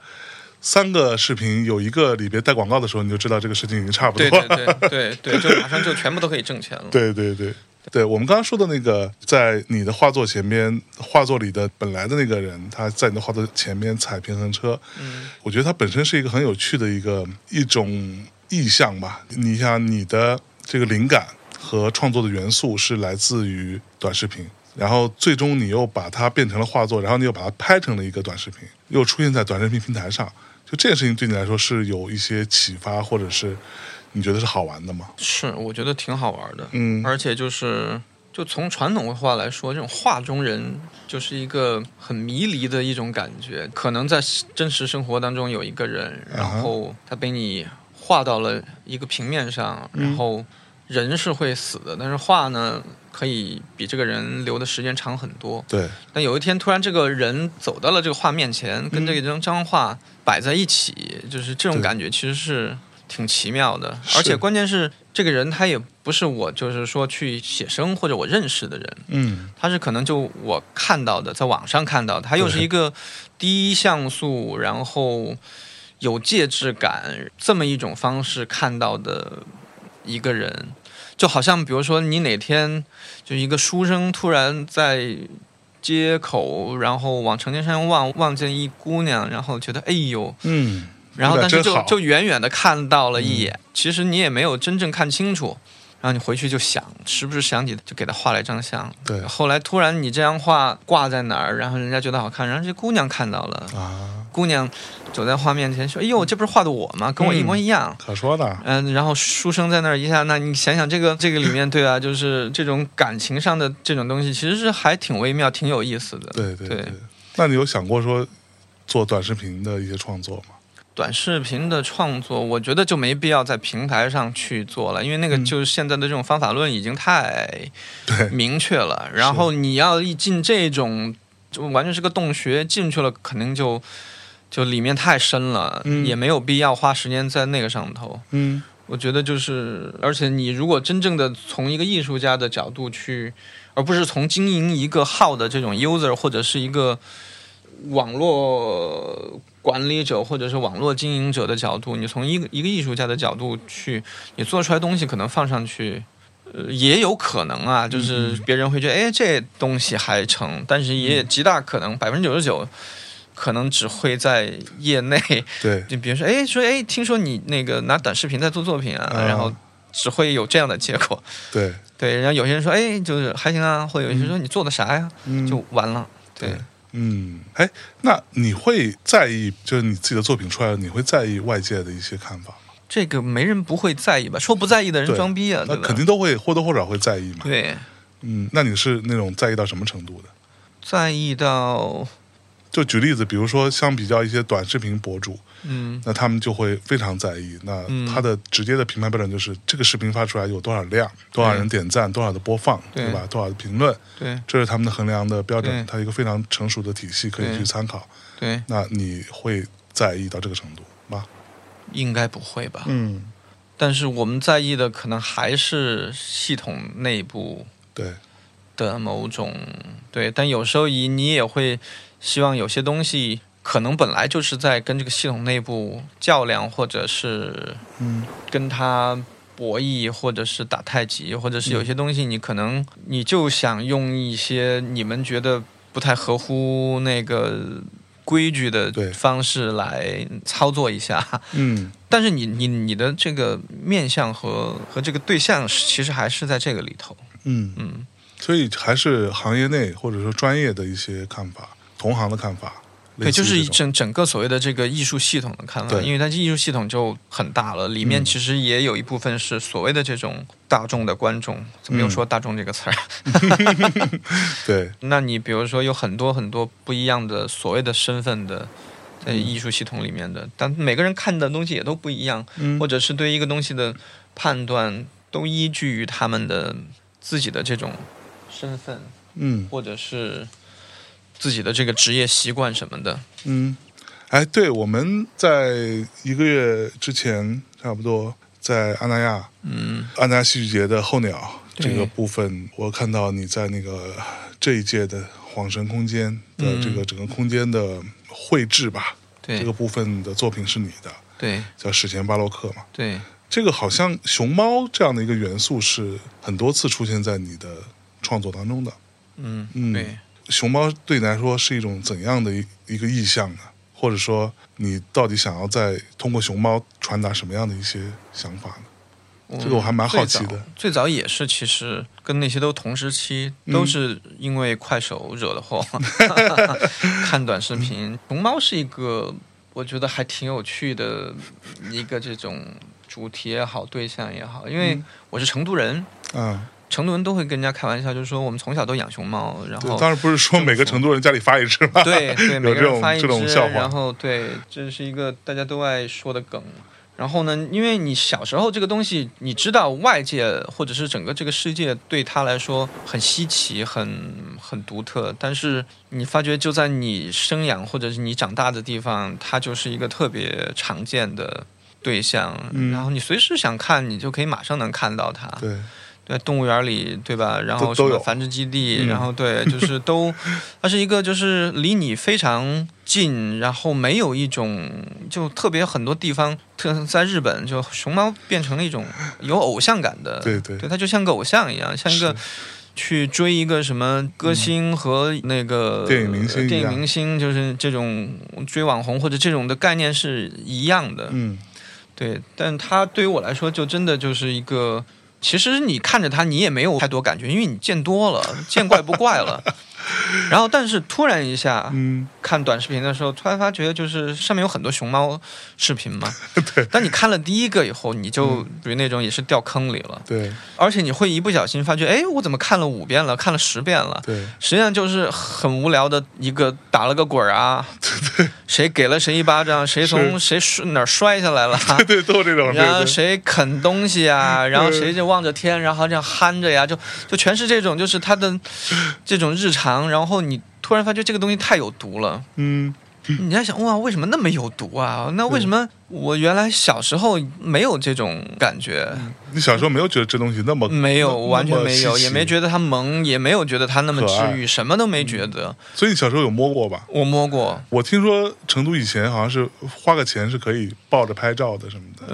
A: 三个视频，有一个里边带广告的时候，你就知道这个事情已经差不多
B: 对
A: 了。
B: 对对对对，就马上就全部都可以挣钱了。
A: 对对对对，我们刚刚说的那个，在你的画作前边，画作里的本来的那个人，他在你的画作前面踩平衡车，
B: 嗯，
A: 我觉得它本身是一个很有趣的一个一种意象吧。你想，你的这个灵感和创作的元素是来自于短视频，然后最终你又把它变成了画作，然后你又把它拍成了一个短视频，又出现在短视频平台上。就这件事情对你来说是有一些启发，或者是你觉得是好玩的吗？
B: 是，我觉得挺好玩的。
A: 嗯
B: 而且就是就从传统文化来说，这种画中人就是一个很迷离的一种感觉。可能在真实生活当中有一个人，
A: 啊
B: 然
A: 哈
B: 后他被你画到了一个平面上，然
A: 嗯
B: 后人是会死的，但是画呢可以比这个人留的时间长很多。
A: 对，
B: 但有一天突然这个人走到了这个画面前，跟这张张画摆在一起，就是这种
A: 对
B: 感觉，其实是挺奇妙的。
A: 是
B: 而且关键是，这个人他也不是我，就是说去写生或者我认识的人，
A: 嗯，
B: 他是可能就我看到的，在网上看到的，他又是
A: 对
B: 一个低像素，然后有介质感这么一种方式看到的一个人，就好像比如说你哪天就一个书生突然在。街口，然后往城墙上望，望见一姑娘，然后觉得哎呦，
A: 嗯，
B: 然后
A: 那
B: 但是
A: 真
B: 就
A: 好嗯
B: 就远远的看到了一眼，其实你也没有真正看清楚，然后你回去就想，时不时想起就给他画了一张像。
A: 对
B: 后来突然你这张画挂在哪儿，然后人家觉得好看，然后这姑娘看到了，
A: 啊，
B: 姑娘走在画面前说：“哎
A: 嗯
B: 呦，这不是画的我吗？跟我一模一样。
A: 可说啊呢，
B: 嗯，然后书生在那儿一下，那你想想这个这个里面，对啊，就是这种感情上的这种东西，其实是还挺微妙、挺有意思的。
A: 对对
B: 呃对
A: 对。那你有想过说做短视频的一些创作吗？
B: 短视频的创作，我觉得就没必要在平台上去做了，因为那个
A: 嗯
B: 就是现在的这种方法论已经太
A: 对，
B: 明确了。然后你要一进这种，就完全是个洞穴进去了，肯定就就里面太深了，
A: 嗯
B: 也没有必要花时间在那个上头。
A: 嗯
B: 我觉得就是，而且你如果真正的从一个艺术家的角度去，而不是从经营一个号的这种 user 或者是一个网络管理者或者是网络经营者的角度，你从一个一个艺术家的角度去，你做出来东西可能放上去。呃，也有可能啊，就是别人会觉得，哎，这东西还成，但是也极大可能百分之九十九，可能只会在业内
A: 对，
B: 就比如说，哎，说哎，听说你那个拿短视频在做作品啊，
A: 啊
B: 然后只会有这样的结果。
A: 对，
B: 对，然后有些人说，哎，就是还行啊，或者有些人说你做的啥呀，
A: 嗯
B: 就完了。对，
A: 嗯，哎，那你会在意，就是你自己的作品出来了，你会在意外界的一些看法吗？
B: 这个没人不会在意吧？说不在意的人
A: 对
B: 装逼啊，
A: 那
B: 对吧？
A: 肯定都会或多或少会在意嘛。
B: 对，
A: 嗯，那你是那种在意到什么程度的？
B: 在意到，
A: 就举例子，比如说相比较一些短视频博主，
B: 嗯
A: 那他们就会非常在意。那
B: 嗯
A: 他的直接的评判标准就是这个视频发出来有多少量、多少人点赞、多少的播放，
B: 对
A: 对吧？多少的评论，
B: 对
A: 这是他们的衡量的标准。
B: 对
A: 它有一个非常成熟的体系可以
B: 对
A: 去参考。
B: 对，
A: 那你会在意到这个程度吗？
B: 应该不会吧？
A: 嗯，
B: 但是我们在意的可能还是系统内部
A: 对，
B: 的某种对，但有时候你你也会希望有些东西可能本来就是在跟这个系统内部较量，或者是
A: 嗯
B: 跟它博弈，或者是打太极，或者是有些东西你可能你就想用一些你们觉得不太合乎那个规矩的
A: 对
B: 方式来操作一下。
A: 嗯，
B: 但是你你你的这个面向和和这个对象是其实还是在这个里头，
A: 嗯，
B: 嗯，
A: 所以还是行业内或者说专业的一些看法，同行的看法，
B: 对，就
A: 类似于这
B: 是
A: 种
B: 整整个所谓的这个艺术系统的看法，
A: 对
B: 因为它艺术系统就很大了，里面
A: 嗯
B: 其实也有一部分是所谓的这种大众的观众，怎
A: 嗯
B: 么又说大众这个词儿？ *laughs*
A: 对，
B: 那你比如说有很多很多不一样的所谓的身份的。在
A: 嗯
B: 艺术系统里面的，但每个人看的东西也都不一样，
A: 嗯
B: 或者是对一个东西的判断都依据于他们的自己的这种身份，
A: 嗯
B: 或者是自己的这个职业习惯什么的。
A: 嗯，哎，对，我们在一个月之前差不多在阿那亚
B: 嗯，
A: 安达戏剧节的候鸟
B: 对
A: 这个部分，我看到你在那个这一届的晃神空间的
B: 嗯
A: 这个整个空间的绘制吧，
B: 对，
A: 这个部分的作品是你的，
B: 对
A: 叫史前巴洛克嘛。
B: 对
A: 这个好像熊猫这样的一个元素是很多次出现在你的创作当中的。
B: 嗯
A: 嗯
B: 对，
A: 熊猫对你来说是一种怎样的一一个意象呢？或者说，你到底想要在通过熊猫传达什么样的一些想法呢？这个我还蛮好奇的
B: 最早。最早也是，其实跟那些都同时期，
A: 嗯
B: 都是因为快手惹
A: *laughs*
B: 的祸。看短视频，熊猫是一个我觉得还挺有趣的一个这种主题也好，对象也好，因为
A: 嗯
B: 我是成都人。
A: 啊、
B: 成都人都会跟人家开玩笑，就是说我们从小都养熊猫，然
A: 对
B: 后，
A: 当然不是说每个成都人家里发一只吧？ *laughs*
B: 对对，每
A: 有
B: 个
A: 这种
B: 人发一
A: 这种
B: 只，
A: 笑话
B: 然后对，这是一个大家都爱说的梗。然后呢，因为你小时候这个东西，你知道外界或者是整个这个世界对他来说很稀奇、很很独特，但是你发觉就在你生养或者是你长大的地方，它就是一个特别常见的对象。
A: 嗯
B: 然后你随时想看，你就可以马上能看到它。
A: 对，
B: 对，动物园里，对吧？然
A: 都
B: 后什
A: 都
B: 么
A: 有
B: 繁殖基
A: 嗯
B: 地，然后对，
A: *laughs*
B: 就是都，它是一个就是离你非常近，然后没有一种就特别很多地方，特在日本就熊猫变成了一种有偶像感的，
A: 对对
B: 它就像个偶像一样，像一个去追一个什么歌星和那个、
A: 嗯电影明星一样
B: 电影明星就是这种追网红或者这种的概念是一样的，
A: 嗯
B: 对，但它对于我来说，就真的就是一个，其实你看着它，你也没有太多感觉，因为你见多了， *laughs* 见怪不怪了。然后，但是突然一下
A: 嗯，
B: 看短视频的时候，突然发觉就是上面有很多熊猫视频嘛。对。当你看了第一个以后，你就属于那种也是掉坑里了，
A: 对
B: 而且你会一不小心发觉，哎，我怎么看了五遍了，看了十遍了。
A: 对，
B: 实际上就是很无聊的一个打了个滚儿啊，谁给了谁一巴掌，谁从谁摔哪儿摔下来了，
A: *laughs* 对，都有这种，对
B: 然后
A: 对
B: 谁啃东
A: *laughs*
B: 西啊，然后谁就望着天，然后这样憨着呀，就就全是这种，就
A: *sighs*
B: 是他的这种日常。然后你突然发觉这个东西太有毒了，
A: 嗯，
B: 你在想哇，为什么那么有毒啊？那为什么我原来小时候没有这种感觉？
A: 你小时候没有觉得这东西那么
B: 没有，
A: 嗯那
B: 完全
A: 那么
B: 没有，
A: 稀奇
B: 也没觉得它萌，也没有觉得它那么
A: 可爱嗯
B: 治愈，什么都没觉得。
A: 所以你小时候有摸过吧？
B: 我摸过，
A: 我听说成都以前好像是花个钱是可以抱着拍照的什么的，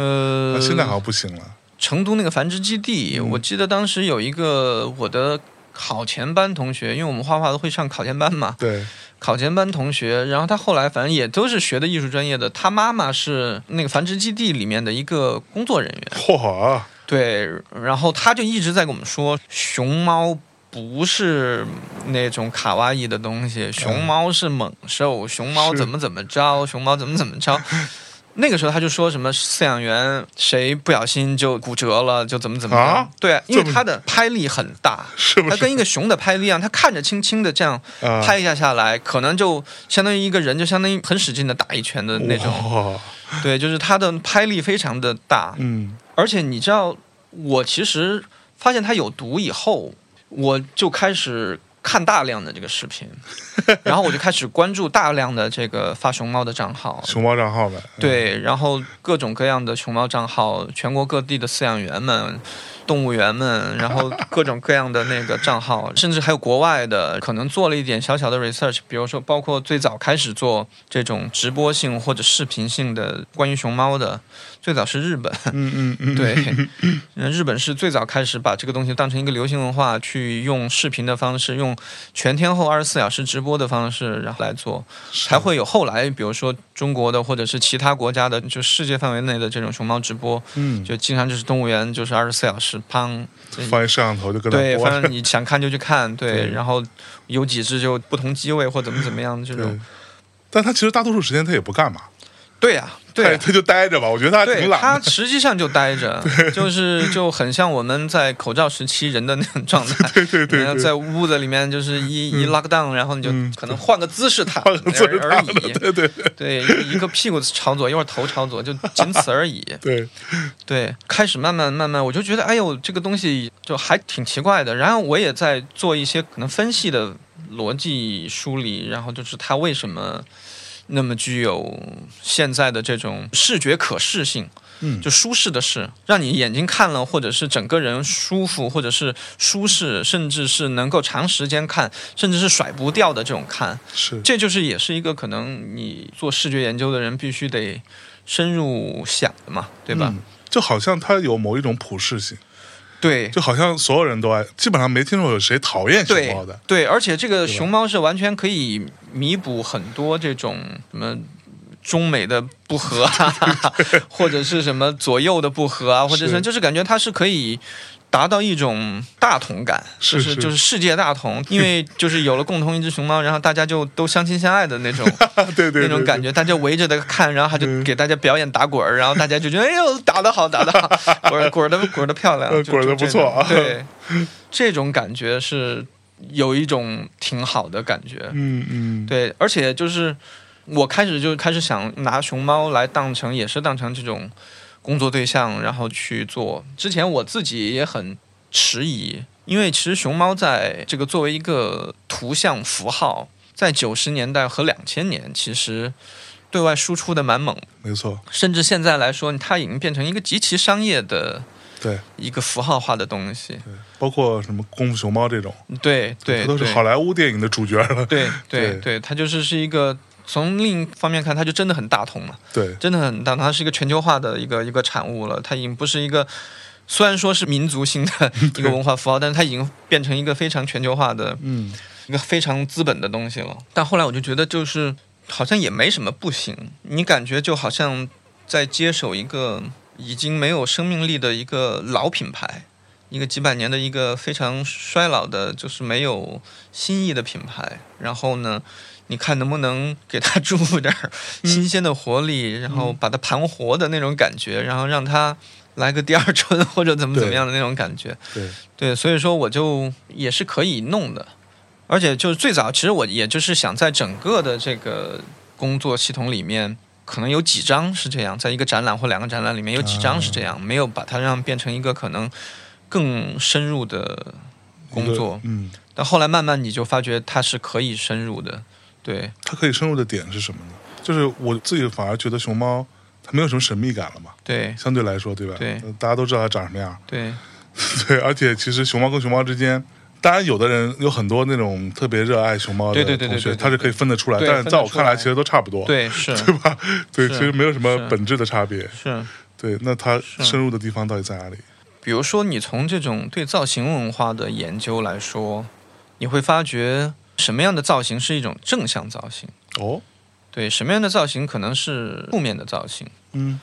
A: 啊，
B: 呃
A: 现在好像不行了。
B: 成都那个繁殖基地，我记得当时有一个我的考前班同学，因为我们画画都会上考前班嘛， *laughs*
A: 对，
B: 考前班同学，然后他后来反正也都是学的艺术专业的，他妈妈是那个繁殖基地里面的一个工作人员，
A: 嚯，
B: 对，然后他就一直在跟我们说，熊猫不是那种卡哇伊的东西，熊猫是猛兽，熊猫
A: 是
B: 怎么怎么着，熊猫怎么怎
A: *laughs*
B: 么着。那个时候他就说什么饲养员谁不小心就骨折了，就怎么怎么着。
A: 啊
B: 对，因为
A: 这么
B: 他的拍力很大，
A: 是不
B: 它
A: 是？
B: 跟一个熊的拍力一样，它看着轻轻的这样
A: 啊
B: 拍一下下来，可能就相当于一个人就相当于很使劲的打一拳的那种。
A: 哇
B: 对，就是它的拍力非常的大。
A: 嗯，
B: 而且你知道，我其实发现它有毒以后，我就开始看大量的这个视频， *laughs* 然后我就开始关注大量的这个发熊猫的账号。
A: 熊猫账号呗，嗯，
B: 对，然后各种各样的熊猫账号，全国各地的饲养员们、动物园们，然后各种各样的那个账号，甚至还有国外的，可能做了一点小小的 research，比如说包括最早开始做这种直播性或者视频性的关于熊猫的，最早是日本，
A: 嗯嗯嗯，
B: 对，嗯日本是最早开始把这个东西当成一个流行文化，去用视频的方式，用全天候二十四小时直播的方式，然后来做，
A: 是
B: 才会有后来，比如说中国的或者是其他国家的，就世界范围内的这种熊猫直播，
A: 嗯，
B: 就经常就是动物园就是二十四小时，砰，
A: 放一摄像头就跟他
B: 对，
A: 播
B: 反正你想看就去看，对，
A: 对
B: 然后有几只就不同机位或怎么怎么样这种
A: 对，但他其实大多数时间他也不干嘛，
B: 对呀、对
A: 他
B: 呀、
A: 也他就待着吧，我觉得他还
B: 对
A: 挺懒
B: 他
A: 的，
B: 实际上就
A: *laughs*
B: 待着，就是就很像我们在口罩时期人的那种状态。
A: *laughs*
B: 对
A: 对对对
B: 在屋子里面就是一一 lock down，然后你就可能换个姿势躺
A: 放个姿势
B: 而而
A: 躺着 *laughs*
B: 已。
A: 对对对
B: 对，一个屁股朝左，一会儿头朝左，就仅此而已。
A: 对，
B: 对，开始慢慢慢慢，我就觉得，哎呦，这个东西就还挺奇怪的。然后我也在做一些可能分析的逻辑梳理，然后就是它为什么那么具有现在的这种视觉可视性，
A: 嗯
B: 就舒适的事，让你眼睛看了，或者是整个人舒服，或者是舒适，甚至是能够长时间看，甚至是甩不掉的这种看。
A: 是
B: 这就是也是一个可能你做视觉研究的人必须得深入想的嘛，对吧？
A: 嗯就好像他有某一种普适性，
B: 对，
A: 就好像所有人都爱，基本上没听说有谁讨厌熊
B: 对
A: 猫的。
B: 对，而且这个熊猫是完全可以弥补很多这种什么。中美的不和
A: *laughs*
B: 啊，或者是什么左右的不和啊，或者
A: 是
B: 是就是感觉它是可以达到一种大同感，
A: 是
B: 就是
A: 是
B: 就是世界大同，因为就是有了共同一只熊猫，然后大家就都相亲相爱的那种
A: *laughs* 对对，
B: 那种感
A: 觉。
B: 觉，大家围着的看，然后他就
A: 嗯
B: 给大家表演打滚儿，然后大家就觉得哎呦打得好，打得好，滚儿滚的滚的漂亮
A: 呃，
B: 就
A: 滚得不
B: 就这种
A: 错啊
B: 对，这种感觉是有一种挺好的感觉，
A: 嗯嗯，
B: 对，而且就是我开始就开始想拿熊猫来当成，也是当成这种工作对象，然后去做。之前我自己也很迟疑，因为其实熊猫在这个作为一个图像符号，在九十年代和两千年其实。对外输出的蛮猛，
A: 没错，
B: 甚至现在来说，它已经变成一个极其商业的
A: 对，
B: 一个符号化的东西。
A: 包括什么功夫熊猫这种，
B: 对对，
A: 它都是
B: 对
A: 好莱坞电影的主角了。
B: 对对
A: 对
B: 对，它就是是一个从另一方面看，它就真的很大同嘛，
A: *laughs* 对，
B: 真的很大同，它是一个全球化的一个一个产物了，它已经不是一个。虽然说是民族性的一个文化符号，但是它已经变成一个非常全球化的、
A: 嗯，
B: 一个非常资本的东西了。但后来我就觉得，就是好像也没什么不行，你感觉就好像在接手一个已经没有生命力的一个老品牌，一个几百年的一个非常衰老的，就是没有新意的品牌。然后呢，你看能不能给它注入点儿新鲜的活力，然后把它盘活的那种感觉，然后让它来个第二春或者怎么怎么样的那种感觉。
A: 对，
B: 对，所以说我就也是可以弄的，而且就是最早，其实我也就是想在整个的这个工作系统里面，可能有几张是这样，在一个展览或两个展览里面有几张是这样，没有把它让变成一个可能更深入的工作
A: 一个，嗯，
B: 但后来慢慢你就发觉它是可以深入的，对，
A: 它可以深入的点是什么呢？就是我自己反而觉得熊猫它没有什么神秘感了嘛，
B: 对
A: 相对来说，对吧？
B: 对
A: 呃，大家都知道它长什么样， *laughs*
B: 对
A: 对，而且其实熊猫跟熊猫之间。当然，有的人有很多那种特别热爱熊猫
B: 对对
A: 的
B: 对对
A: 同
B: 对
A: 学，
B: 对对
A: 他是可以分得出来，
B: 对
A: 但是在我
B: 分得出
A: 看来，
B: 来
A: 其实都差不多，
B: 对是
A: *laughs* 对吧？对，
B: 是
A: 其实没有什么
B: 是
A: 本质的差别。
B: 是。
A: 对，那它深入的地方到底在哪里？
B: 比如说，你从这种对造型文化的研究来说，你会发觉什么样的造型是一种正向造型，
A: 哦，
B: 对，什么样的造型可能是负面的造型。
A: 嗯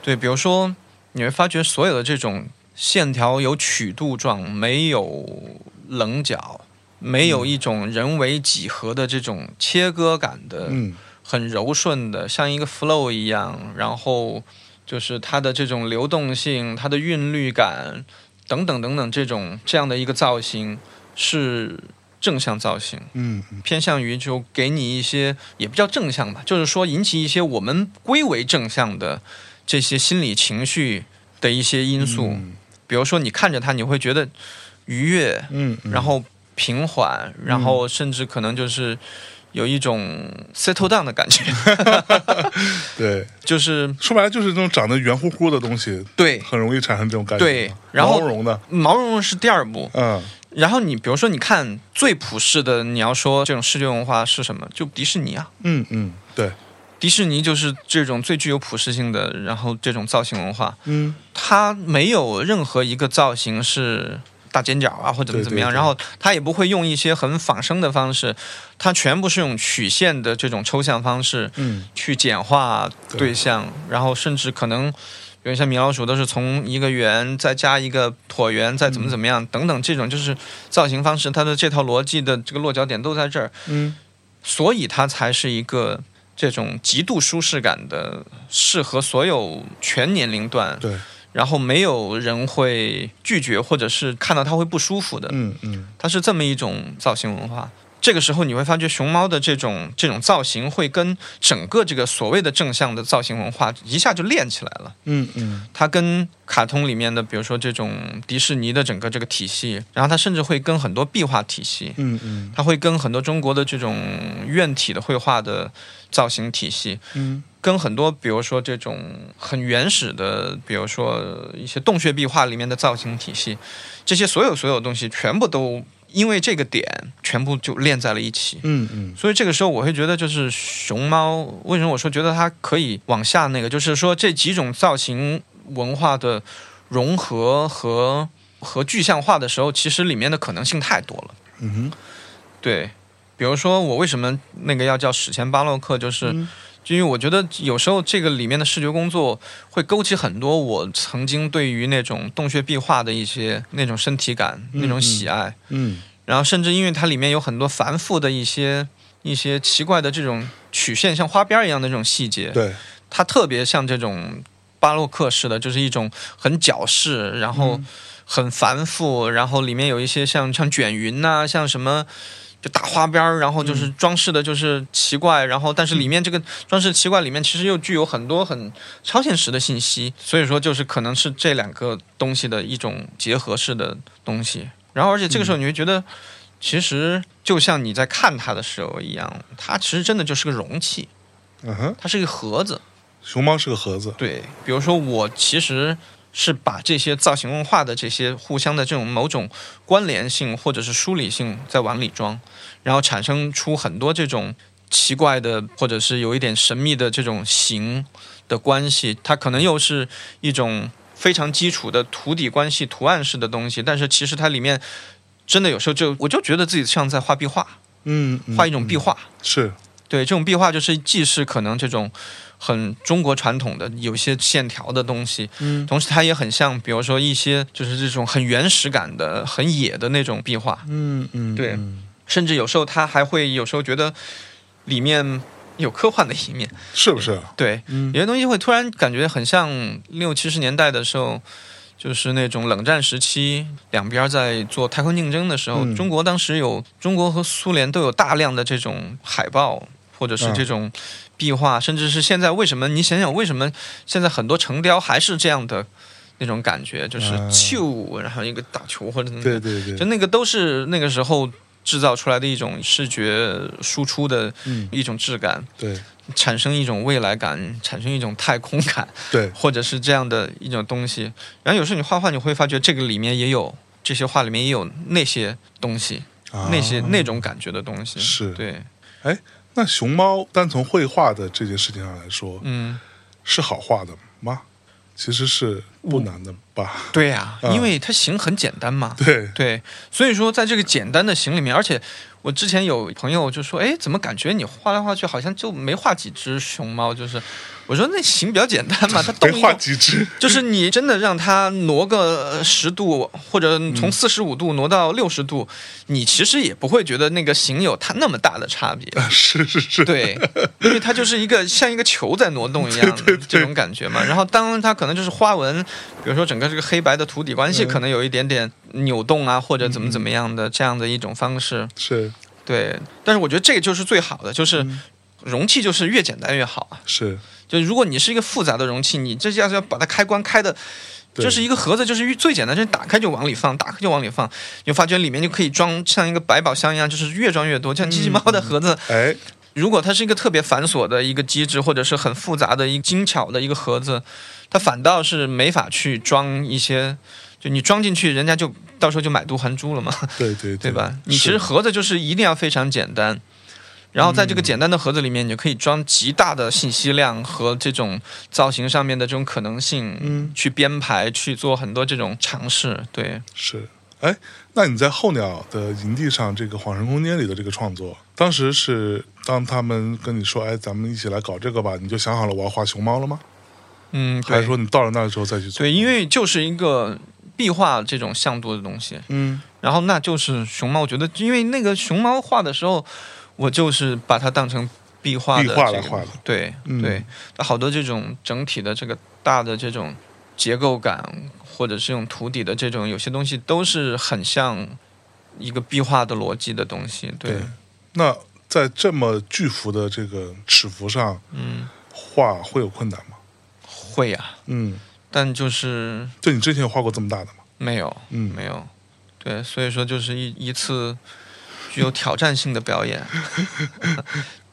B: 对，比如说你会发觉所有的这种线条有曲度状，没有棱角，没有一种人为几何的这种切割感的，
A: 嗯
B: 很柔顺的，像一个 flow 一样，然后就是它的这种流动性、它的韵律感等等等等，这种这样的一个造型是正向造型。
A: 嗯嗯
B: 偏向于就给你一些也不叫正向吧，就是说引起一些我们归为正向的这些心理情绪的一些因素。
A: 嗯
B: 比如说你看着它，你会觉得愉悦，
A: 嗯，嗯
B: 然后平缓，然后甚至可能就是有一种 settle down 的感觉， *laughs*
A: 对，
B: 就是
A: 说白了就是那种长得圆乎乎的东西，
B: 对
A: 很容易产生这种感觉。
B: 对然后
A: 毛茸的，
B: 毛茸茸是第二步。
A: 嗯
B: 然后你比如说，你看最普世的，你要说这种视觉文化是什么，就迪士尼啊。
A: 嗯嗯，对，
B: 迪士尼就是这种最具有普适性的，然后这种造型文化，
A: 嗯
B: 它没有任何一个造型是大尖角啊或者怎么怎么样，
A: 对对对
B: 然后它也不会用一些很仿生的方式，它全部是用曲线的这种抽象方式
A: 嗯
B: 去简化
A: 对
B: 对象，然后甚至可能。有些像米老鼠都是从一个圆再加一个椭圆，再
A: 嗯
B: 怎么怎么样、等等，这种就是造型方式，它的这套逻辑的这个落脚点都在这儿，
A: 嗯
B: 所以它才是一个这种极度舒适感的，适合所有全年龄段，
A: 对，
B: 然后没有人会拒绝，或者是看到它会不舒服的。
A: 嗯嗯
B: 它是这么一种造型文化。这个时候你会发觉，熊猫的这种这种造型会跟整个这个所谓的正向的造型文化一下就链起来了。
A: 嗯嗯
B: 它跟卡通里面的，比如说这种迪士尼的整个这个体系，然后它甚至会跟很多壁画体系，
A: 嗯嗯
B: 它会跟很多中国的这种院体的绘画的造型体系，
A: 嗯
B: 跟很多比如说这种很原始的，比如说一些洞穴壁画里面的造型体系，这些所有所有东西全部都因为这个点全部就链在了一起。
A: 嗯嗯，
B: 所以这个时候，我会觉得就是熊猫，为什么我说觉得它可以往下那个，就是说这几种造型文化的融合和和具象化的时候，其实里面的可能性太多了。
A: 嗯哼
B: 对，比如说我为什么那个要叫史前巴洛克，就是、
A: 嗯
B: 就因为我觉得有时候这个里面的视觉工作会勾起很多我曾经对于那种洞穴壁画的一些那种身体感、那种喜爱，
A: 嗯
B: 然后甚至因为它里面有很多繁复的一些一些奇怪的这种曲线，像花边儿一样的这种细节，
A: 对，
B: 它特别像这种巴洛克式的，就是一种很矫饰，然后很繁复，然后里面有一些像像卷云呐、像什么。就大花边儿，然后就是装饰的，就是奇怪，然后但是里面这个装饰奇怪里面其实又具有很多很超现实的信息，所以说就是可能是这两个东西的一种结合式的东西。然后而且这个时候你会觉得，其实就像你在看它的时候一样，它其实真的就是个容器，
A: 嗯哼，
B: 它是一个盒子，
A: 熊猫是个盒子，
B: 对，比如说我其实是把这些造型文化的这些互相的这种某种关联性或者是梳理性在碗里装，然后产生出很多这种奇怪的或者是有一点神秘的这种形的关系，它可能又是一种非常基础的图底关系、图案式的东西，但是其实它里面真的有时候就我就觉得自己像在画壁画，
A: 嗯，嗯
B: 画一种壁
A: 嗯
B: 画。
A: 是，
B: 对，这种壁画就是既是可能这种很中国传统的有一些线条的东西，
A: 嗯
B: 同时它也很像，比如说一些就是这种很原始感的、很野的那种壁画，
A: 嗯嗯，
B: 对
A: 嗯
B: 甚至有时候它还会有时候觉得里面有科幻的一面，
A: 是不是？
B: 对，
A: 嗯
B: 有些东西会突然感觉很像六七十年代的时候。就是那种冷战时期，两边在做太空竞争的时候，
A: 嗯
B: 中国当时有中国和苏联都有大量的这种海报，或者是
A: 嗯
B: 这种壁画，甚至是现在为什么你想想为什么现在很多城雕还是这样的那种感觉，就是
A: 嗯
B: 咻，然后一个打球或者怎么样
A: 对对对，
B: 就那个都是那个时候制造出来的一种视觉输出的
A: 嗯，
B: 一种质感，
A: 对
B: 产生一种未来感，产生一种太空感，
A: 对，
B: 或者是这样的一种东西。然后有时候你画画，你会发觉这个里面也有这些画里面也有那些东西，
A: 啊
B: 那些那种感觉的东西。
A: 是
B: 对，
A: 那熊猫单从绘画的这件事情上来说，
B: 嗯，
A: 是好画的吗？其实是不难的吧？
B: 对呀、
A: 嗯
B: 因为它形很简单嘛。
A: 对，
B: 对，所以说在这个简单的形里面，而且我之前有朋友就说，哎，怎么感觉你画来画去好像就没画几只熊猫？就是我说那形比较简单嘛，它动
A: 没
B: 一
A: 画
B: 动。
A: 几
B: *laughs*
A: 只，
B: 就是你真的让它挪个十度，或者
A: 嗯
B: 从四十五度挪到六十度，你其实也不会觉得那个形有它那么大的差别。
A: *laughs* 是是是，
B: 对，因为它就是一个像一个球在挪动一样
A: *laughs* 对对对
B: 这种感觉嘛。然后当它可能就是花纹，比如说整个这个黑白的涂底关系，
A: 嗯
B: 可能有一点点扭动啊，或者怎么怎么样的这样的一种方式。
A: 是
B: 对，但是我觉得这个就是最好的，就是
A: 嗯
B: 容器就是越简单越好啊。
A: 是，
B: 就如果你是一个复杂的容器，你这要是要把它开关开的。
A: 对
B: 就是一个盒子，就是越最简单，就是打开就往里放，打开就往里放，你就发觉里面就可以装像一个百宝箱一样，就是越装越多。像机器猫的盒子，
A: 哎，
B: 如果它是一个特别繁琐的一个机制，或者是很复杂的一个精巧的一个盒子，它反倒是没法去装一些，就你装进去，人家就到时候就买椟还珠了嘛，
A: 对对
B: 对吧？你
A: 是
B: 其实盒子就是一定要非常简单，然后在
A: 嗯
B: 这个简单的盒子里面，你就可以装极大的信息量和这种造型上面的这种可能性，
A: 嗯
B: 去编排，去做很多这种尝试，对。
A: 是，哎，那你在候鸟的营地上，这个《恍神空间》里的这个创作，当时是当他们跟你说，哎，咱们一起来搞这个吧，你就想好了我要画熊猫了吗？
B: 嗯，对
A: 还是说你到了那儿之后再去做？
B: 对，因为就是一个壁画这种像度的东西，
A: 嗯，
B: 然后那就是熊猫，我觉得因为那个熊猫画的时候，我就是把它当成壁画的、
A: 壁
B: 这个、
A: 画来画的，
B: 对、
A: 嗯
B: 对，它好多这种整体的这个大的这种结构感，或者是用图底的这种，有些东西都是很像一个壁画的逻辑的东西。对，
A: 对那在这么巨幅的这个尺幅上
B: 嗯，
A: 画会有困难吗？
B: 会呀、
A: 嗯，
B: 但就是
A: 就你之前有画过这么大的吗？
B: 没有，
A: 嗯，
B: 没有，对，所以说就是一一次具有挑战性的表演。 *laughs*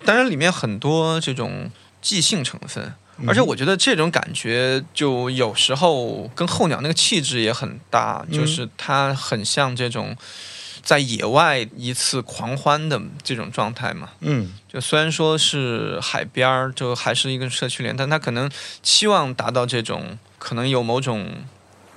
B: 当然，里面很多这种即兴成分，而且我觉得这种感觉就有时候跟候鸟那个气质也很搭，
A: 嗯
B: 就是它很像这种在野外一次狂欢的这种状态嘛。
A: 嗯
B: 就虽然说是海边儿，就还是一个社区联，但他可能期望达到这种，可能有某种，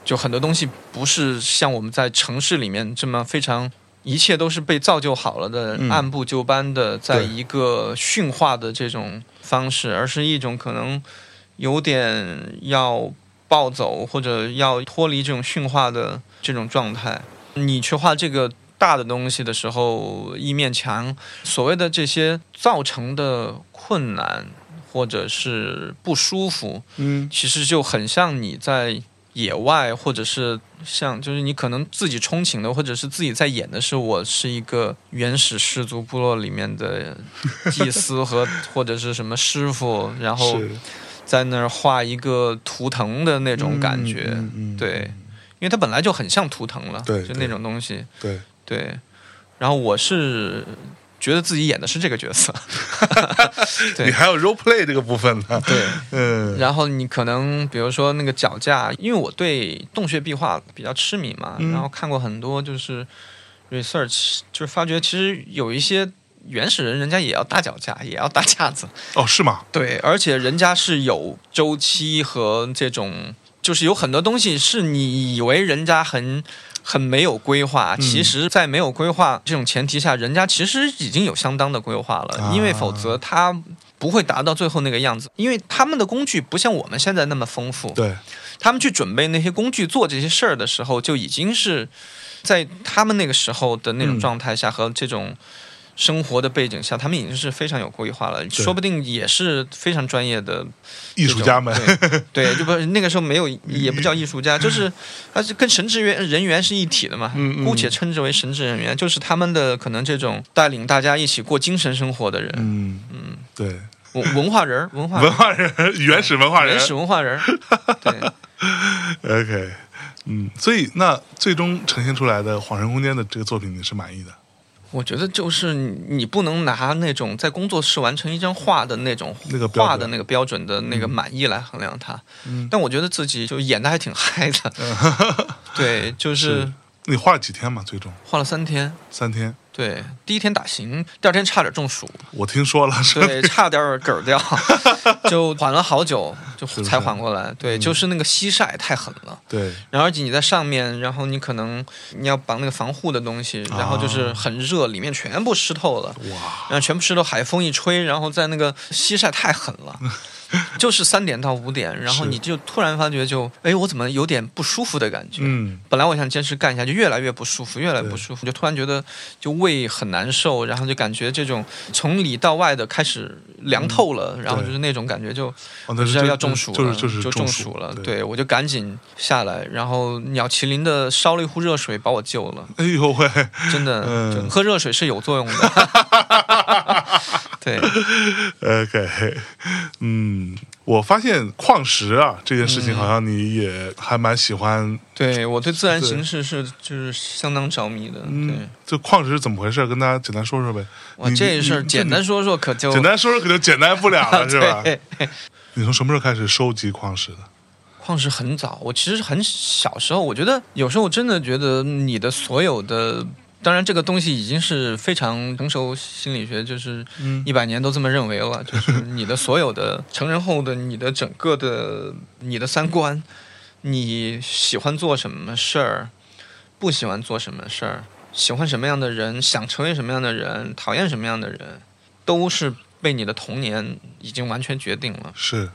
B: 就很多东西不是像我们在城市里面这么非常。一切都是被造就好了的，
A: 嗯
B: 按部就班的，在
A: 对
B: 一个驯化的这种方式，而是一种可能有点要暴走或者要脱离这种驯化的这种状态。你去画这个大的东西的时候，一面墙所谓的这些造成的困难或者是不舒服，
A: 嗯
B: 其实就很像你在野外，或者是像就是你可能自己憧憬的，或者是自己在演的是我是一个原始氏族部落里面
A: *laughs*
B: 的祭司和或者是什么师傅，然后
A: 是
B: 在那儿画一个图腾的那种感觉，
A: 嗯嗯嗯
B: 对，因为它本来就很像图腾了，
A: 对
B: 就
A: 对
B: 那种东西，
A: 对，
B: 对，然后我是觉得自己演的是这个角色，对
A: 你还有 role play 这个部分呢，
B: *laughs* 对。
A: *laughs* 嗯
B: 然后你可能比如说那个脚架，因为我对洞穴壁画比较痴迷嘛，
A: 嗯
B: 然后看过很多就是 research，就是发觉其实有一些原始人人家也要搭脚架，也要搭架子，
A: 哦是吗？
B: 对，而且人家是有周期和这种，就是有很多东西是你以为人家很很没有规划，
A: 嗯
B: 其实，在没有规划这种前提下，人家其实已经有相当的规划了，
A: 啊
B: 因为否则他。不会达到最后那个样子，因为他们的工具不像我们现在那么丰富。
A: 对，
B: 他们去准备那些工具做这些事儿的时候，就已经是在他们那个时候的那种
A: 嗯
B: 状态下和这种生活的背景下，他们已经是非常有规划了，说不定也是非常专业的
A: 艺术家们
B: 这种。对对，就不是那个时候没有，也不叫艺术家，就是他是跟神职员人员是一体的嘛，
A: 嗯嗯嗯
B: 姑且称之为神职人员，就是他们的可能这种带领大家一起过精神生活的人，
A: *laughs* 嗯嗯对，
B: 文文化人儿，文化人
A: 文
B: 儿
A: 化
B: *laughs*
A: 人，原始文化人
B: 啊原始文化人儿，对。
A: ，OK，嗯，所以那最终呈现出来的《恍神空间》的这个作品，你是满意的？
B: 我觉得就是你不能拿那种在工作室完成一张画的那种
A: 那个标准
B: 画的那个标准的那个满意来衡量它。
A: 嗯
B: 但我觉得自己就演的还挺嗨的， *laughs* 对，就是
A: 是你画了几天嘛？最终
B: 画了三天。
A: 三天，
B: 对，第一天打行，第二天差点中暑，
A: 我听说了，
B: *laughs*
A: 是 *laughs*
B: 对，差点儿嗝儿掉，就缓了好久，就是才缓过来。对，
A: 嗯
B: 就是那个西晒太狠了，
A: 对，
B: 然后而且你在上面，然后你可能你要绑那个防护的东西，然后
A: 啊
B: 就是很热，里面全部湿透了，
A: 哇，
B: 然后啊全部湿透，海风一吹，然后在那个西晒太狠
A: *laughs*
B: 了。就是三点到五点，然后
A: 是
B: 你就突然发觉就，哎，我怎么有点不舒服的感觉？
A: 嗯，
B: 本来我想坚持干一下，就越来越不舒服，越来越不舒服，就突然觉得就胃很难受，然后就感觉这种从里到外的开始凉透了，然后就是那种感觉就
A: 哦，那
B: 就是是
A: 嗯就
B: 要中暑
A: 就
B: 了，
A: 是就是
B: 就
A: 中
B: 暑了。
A: 对，
B: 对，我就赶紧下来，然后鸟麒麟的烧了一壶热水把我救了，
A: 哎呦喂， *laughs*
B: 真的，
A: 嗯
B: 就喝热水是有作用的。
A: *laughs*
B: 对，
A: OK，嗯，我发现矿石啊这件事
B: 嗯
A: 情，好像你也还蛮喜欢。
B: 对我对自然
A: 对
B: 形式是就是相当着迷的。对
A: 嗯，，这矿石是怎么回事？跟大家简单说说呗。
B: 哇，
A: 你
B: 这
A: 你
B: 事儿
A: 你
B: 简单说说可就
A: 简单说说，可就简单不了
B: *laughs*
A: 了，是吧？
B: 对。
A: 你从什么时候开始收集矿石的？
B: 矿石很早，我其实很小时候，我觉得有时候我真的觉得你的所有的，当然这个东西已经是非常成熟心理学，就是
A: 嗯
B: 一百年都这么认为了，就是你的所有的成人后的你的整个的你的三观，你喜欢做什么事儿，不喜欢做什么事儿，喜欢什么样的人，想成为什么样的人，讨厌什么样的人，都是被你的童年已经完全决定了。
A: 是，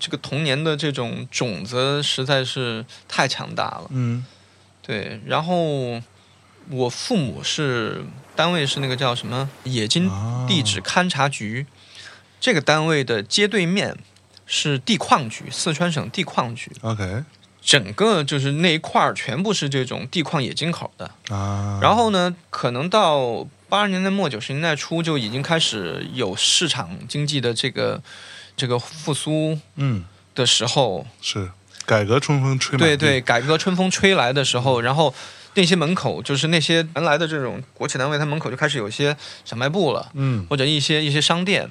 B: 这个童年的这种种子实在是太强大了。
A: 嗯
B: 对，然后我父母是单位是那个叫什么冶金
A: 啊
B: 地质勘察局，这个单位的街对面是地矿局，四川省地矿局，
A: ，OK
B: 整个就是那一块儿全部是这种地矿冶金口的。
A: 啊。
B: 然后呢，可能到八十年代末九十年代初就已经开始有市场经济的这个这个复苏
A: 嗯，
B: 的时候，
A: 是改革春风吹满地
B: 对对，改革春风吹来的时候，然后那些门口就是那些原来的这种国企单位，它门口就开始有一些小卖部了，
A: 嗯
B: 或者一些一些商店，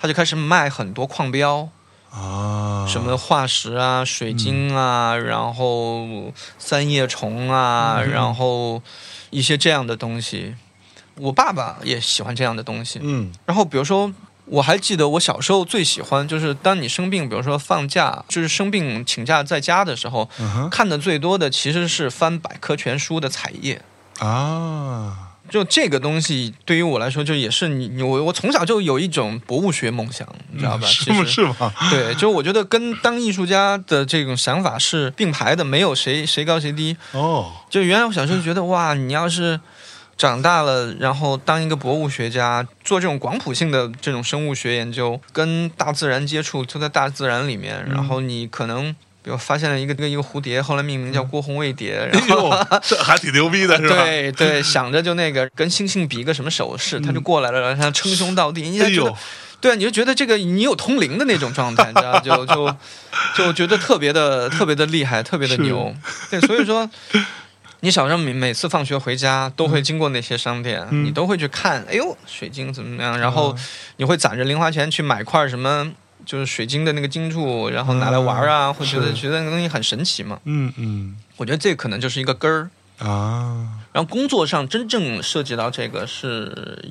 B: 它就开始卖很多矿标，
A: 啊，
B: 什么化石啊、水晶啊，然后三叶虫啊，然后一些这样的东西。我爸爸也喜欢这样的东西，
A: 嗯
B: 然后比如说，我还记得我小时候最喜欢就是当你生病，比如说放假，就是生病请假在家的时候，
A: 嗯哼
B: 看的最多的其实是翻百科全书的彩页。
A: 啊，
B: 就这个东西对于我来说，就也是你你我我从小就有一种博物学梦想，你知道
A: 嗯
B: 吧？
A: 是
B: 其
A: 吗？
B: 实
A: 是
B: *laughs*
A: 吗？
B: 对，就我觉得跟当艺术家的这种想法是并排的，没有谁谁高谁低。
A: 哦，
B: 就原来我小时候觉得，哇，你要是长大了，然后当一个博物学家，做这种广谱性的这种生物学研究，跟大自然接触，就在大自然里面，然后你可能。比如发现了一个一个一个蝴蝶，后来命名叫郭红卫蝶，
A: 哎
B: 然后、
A: 呦，这还挺牛逼的，是吧？嗯
B: 对对，想着就那个跟猩猩比一个什么手势，他就过来了，然后他称兄道弟，你
A: 哎
B: 就觉得
A: 呦，
B: 对啊，你就觉得这个你有通灵的那种状态，你知道，就就就觉得特别的特别的厉害，特别的
A: 是
B: 牛。对，所
A: *laughs*
B: 以说你小时候每每次放学回家都会经过那些商店，
A: 嗯啊
B: 你都会去看，哎呦，水晶怎么样？然后你会攒着零花钱去买块什么。就是水晶的那个晶柱，然后拿来玩啊，会觉得
A: 嗯是
B: 觉得那个东西很神奇嘛。
A: 嗯嗯
B: 我觉得这可能就是一个根儿。
A: 啊，
B: 然后工作上真正涉及到这个是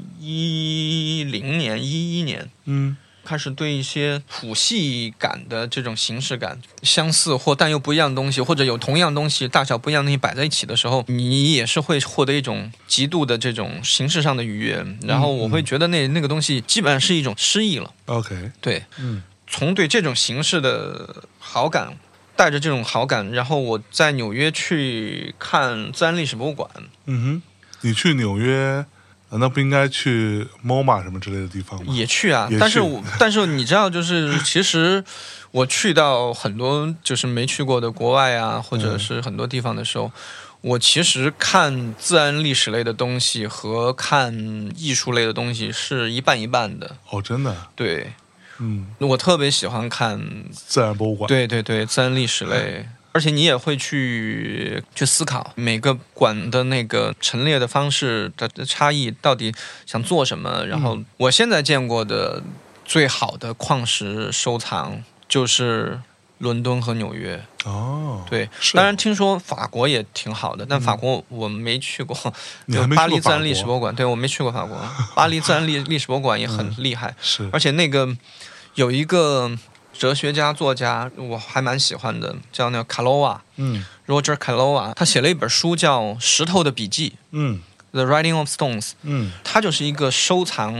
B: 一零年、一一年，
A: 嗯
B: 开始对一些谱系感的这种形式感相似或但又不一样的东西，或者有同样东西大小不一样的东西摆在一起的时候，你也是会获得一种极度的这种形式上的愉悦。然后我会觉得那那个东西基本上是一种诗意了。
A: ，OK，
B: 对，
A: 嗯
B: 从对这种形式的好感，带着这种好感，然后我在纽约去看自然历史博物馆。
A: 嗯哼，你去纽约，难道不应该去 MoMA 什么之类的地方吗？
B: 也去啊
A: 也，
B: 但是
A: 去
B: 我但是你知道，就是其实我去到很多就是没去过的国外啊，或
A: 嗯
B: 者是很多地方的时候，我其实看自然历史类的东西和看艺术类的东西是一半一半的。
A: 哦，真的，
B: 对
A: 嗯，
B: 我特别喜欢看，
A: 自然博物馆，
B: 对对对，自然历史类。而且你也会去去思考每个馆的那个陈列的方式的的差异，到底想做什么。然
A: 嗯
B: 后我现在见过的最好的矿石收藏就是伦敦和纽约。
A: 哦，
B: 对，
A: 是
B: 当然听说法国也挺好的，但法国我没去过。
A: 你还没去过
B: 巴黎自
A: 法
B: 然
A: 国
B: 历史博物馆，对我没去过法国。巴黎自然
A: *laughs*
B: 历历史博物馆也
A: 嗯
B: 很厉害，
A: 是
B: 而且那个有一个哲学家作家，我还蛮喜欢的，叫那个卡罗瓦
A: 嗯
B: Roger Calowa，他写了一本书叫《石头的笔记
A: 嗯》
B: （The Writing of Stones）。
A: 嗯，
B: 他就是一个收藏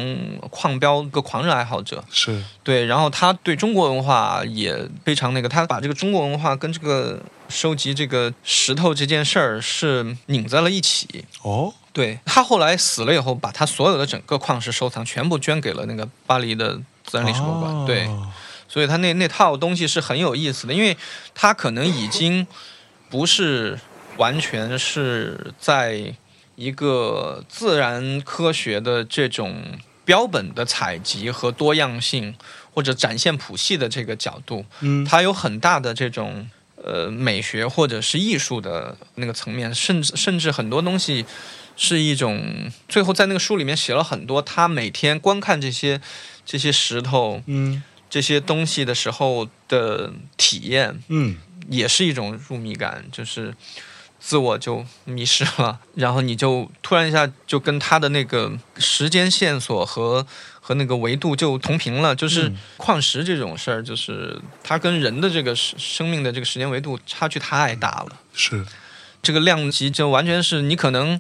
B: 矿标一个狂热爱好者，
A: 是
B: 对，然后他对中国文化也非常那个，他把这个中国文化跟这个收集这个石头这件事儿是拧在了一起。
A: 哦，
B: 对他后来死了以后，把他所有的整个矿石收藏全部捐给了那个巴黎的自然历史博物馆。
A: 哦
B: 对，所以他那那套东西是很有意思的，因为他可能已经不是完全是在一个自然科学的这种标本的采集和多样性或者展现谱系的这个角度，
A: 嗯，
B: 它有很大的这种呃美学或者是艺术的那个层面，甚至甚至很多东西是一种最后在那个书里面写了很多，他每天观看这些这些石头
A: 嗯
B: 这些东西的时候的体验，
A: 嗯
B: 也是一种入迷感，就是自我就迷失了， *laughs* 然后你就突然一下就跟他的那个时间线索和和那个维度就同频了。就是
A: 嗯
B: 矿石这种事儿，就是它跟人的这个时生命的这个时间维度差距太大了。
A: 是
B: 这个量级就完全是你可能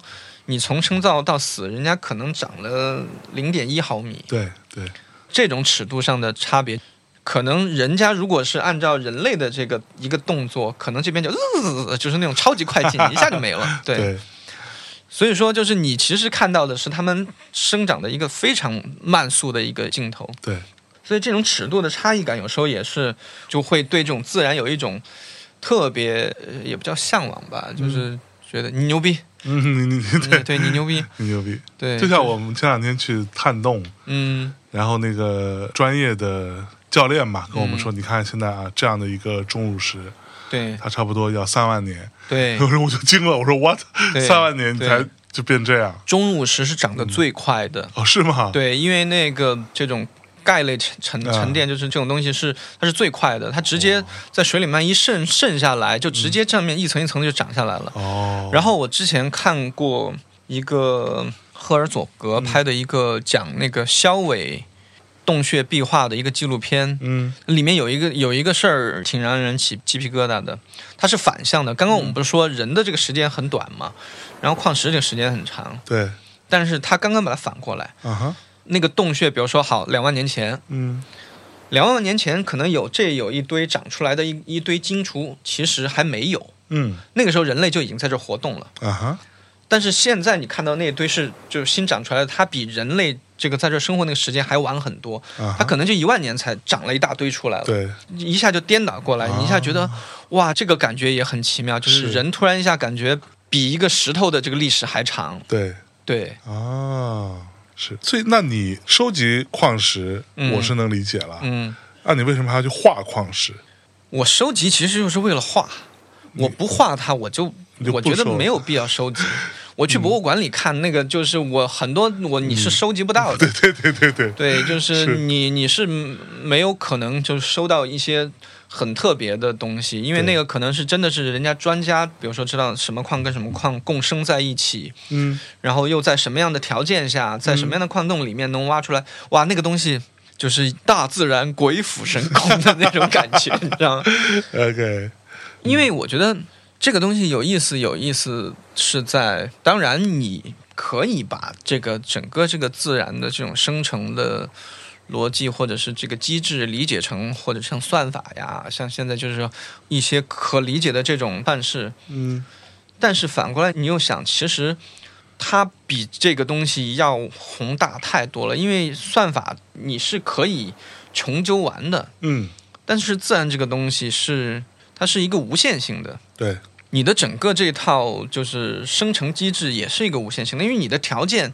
B: 你从生造到死，人家可能长了零点一毫米，
A: 对对
B: 这种尺度上的差别，可能人家如果是按照人类的这个一个动作，可能这边就、呃、就是那种超级快进，一下就没
A: *laughs*
B: 了。对，
A: 对
B: 所以说就是你其实看到的是他们生长的一个非常慢速的一个镜头，
A: 对，
B: 所以这种尺度的差异感，有时候也是就会对这种自然有一种特别呃也不叫向往吧，就是觉得你牛逼，
A: 嗯，你你你
B: 对对你牛逼，
A: 你牛逼，*laughs*
B: 对，
A: 就像我们前两天去探洞，
B: 嗯
A: 然后那个专业的教练嘛跟我
B: 嗯
A: 们说，你看现在啊这样的一个钟乳石， *laughs*
B: 对
A: 它差不多要三万年，
B: 对
A: 有时 *laughs* 候我就惊了，我说 what
B: 对
A: 三万年你才
B: 对
A: 就变这样？
B: 钟乳石是长得最快的。
A: 哦，是吗？
B: 对，因为那个这种钙类沉沉
A: 啊
B: 沉淀，就是这种东西是它是最快的，它直接在水里面一渗渗下来，就直接上面一层一层就长下来了。
A: 哦，
B: 然后我之前看过一个赫尔佐格拍的一个讲那个肖伟洞穴壁画的一个纪录片，
A: 嗯
B: 里面有一个有一个事儿挺让人起鸡皮疙瘩的，它是反向的。刚刚我们不是说人的这个时间很短嘛，然后矿石这个时间很长，
A: 对，
B: 但是他刚刚把它反过来。
A: 啊哈，
B: 那个洞穴，比如说好两万年前，
A: 嗯
B: 两万年前可能有这有一堆长出来的一一堆荆竹，其实还没有。
A: 嗯
B: 那个时候人类就已经在这活动了，
A: 啊哈，
B: 但是现在你看到那堆是就是新长出来的，它比人类这个在这生活那个时间还晚很多，
A: 啊
B: 它
A: 哈，
B: 可能就一万年才长了一大堆出来了，
A: 对，
B: 一下就颠倒过来，
A: 啊
B: 你一下觉得哇，这个感觉也很奇妙，就是
A: 是
B: 人突然一下感觉比一个石头的这个历史还长，
A: 对
B: 对，
A: 啊。是，所以那你收集矿石，
B: 嗯
A: 我是能理解了。
B: 嗯。
A: 那你为什么还要去画矿石？ *laughs*
B: 我收集其实就是为了画，我不画它，我就
A: 你就不
B: 我觉得
A: 收
B: 没有必要
A: *laughs*
B: 收集。我去博物馆里看那个，就是我很多我你是收集不到的，
A: 对对对对，
B: 对，就是
A: 嗯是
B: 你你是没有可能就是收到一些很特别的东西，因为
A: 对
B: 那个可能是真的是人家专家，比如说知道什么矿跟什么矿共生在一起，
A: 嗯，
B: 然后又在什么样的条件下，在什么样的矿洞里面能挖出来，哇，那个东西就是大自然鬼斧神工的那种感觉，你知道吗？
A: OK，
B: 因为我觉得这个东西有意思，有意思是在，当然你可以把这个整个这个自然的这种生成的逻辑或者是这个机制理解成，或者像算法呀，像现在就是一些可理解的这种范式，
A: 嗯，
B: 但是反过来你又想，其实。它比这个东西要宏大太多了，因为算法你是可以穷究完的，
A: 嗯，
B: 但是自然这个东西是它是一个无限性的，
A: 对，
B: 你的整个这一套就是生成机制也是一个无限性的，因为你的条件，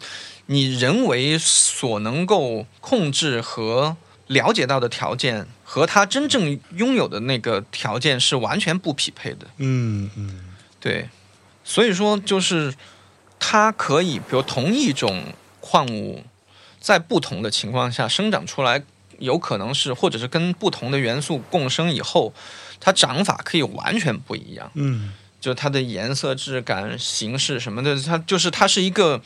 B: 你人为所能够控制和了解到的条件和他真正拥有的那个条件是完全不匹配的。
C: 嗯嗯
B: 对，所以说就是它可以，比如同一种矿物，在不同的情况下生长出来，有可能是或者是跟不同的元素共生以后，它长法可以完全不一样，
C: 嗯
B: 就是它的颜色、质感、形式什么的，它就是它是一个。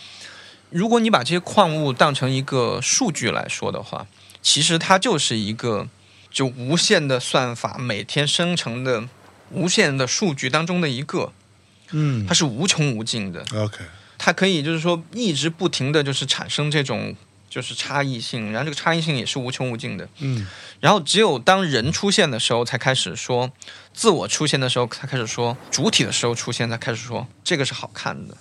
B: 如果你把这些矿物当成一个数据来说的话，其实它就是一个就无限的算法每天生成的无限的数据当中的一个。
C: 嗯
B: 它是无穷无尽的，
C: ，OK，
B: 它可以就是说一直不停的就是产生这种就是差异性，然后这个差异性也是无穷无尽的。
C: 嗯
B: 然后只有当人出现的时候，才开始说自我出现的时候，才开始说主体的时候出现，才开始说这个是好看的，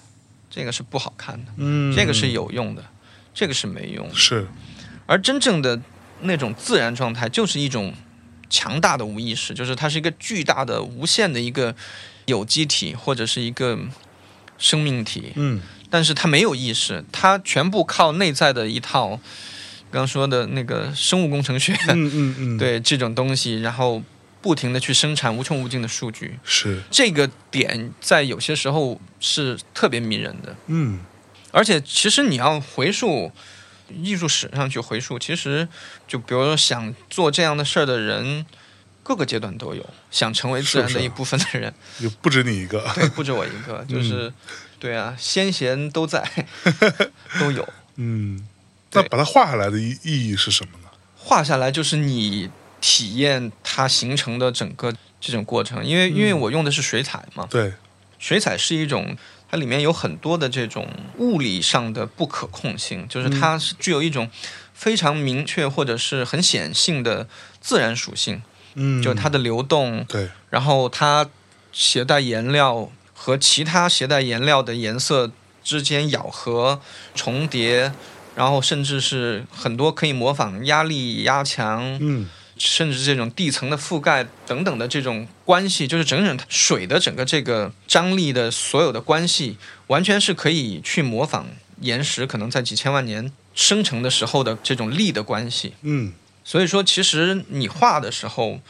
B: 这个是不好看的，
C: 嗯，
B: 这个是有用的，这个是没用的。
A: 是
B: 而真正的那种自然状态，就是一种强大的无意识，就是它是一个巨大的、无限的一个有机体或者是一个生命体， *laughs*
C: 嗯
B: 但是它没有意识，它全部靠内在的一套，刚刚说的那个生物工程学，
C: 嗯嗯嗯，
B: *laughs* 对这种东西，然后不停的去生产无穷无尽的数据，
A: 是，
B: 这个点在有些时候是特别迷人的。
C: 嗯
B: 而且其实你要回溯艺术史上去回溯，其实就比如说想做这样的事儿的人，各个阶段都有，想成为自然
A: 是
B: 的
A: 是
B: 一部分的人，
A: 也不止你一个， *laughs*
B: 对， *laughs* 不止我一个，就是、对啊，先贤都在， *laughs* 都有。
C: 嗯
A: 那
B: 对
A: 把它画下来的意意义是什么呢？
B: 画下来就是你体验它形成的整个这种过程，因为因为我用的是水彩嘛，
A: 对，
B: 水彩是一种，它里面有很多的这种物理上的不可控性，就是它是具有一种非常明确或者是很显性的自然属性，
C: 嗯，
B: 就是它的流动，
A: 对，
B: 然后它携带颜料和其他携带颜料的颜色之间咬合、重叠。然后甚至是很多可以模仿压力、压强，
C: 嗯
B: 甚至这种地层的覆盖等等的这种关系，就是整整水的整个这个张力的所有的关系，完全是可以去模仿岩石可能在几千万年生成的时候的这种力的关系。
C: 嗯
B: 所以说，其实你画的时候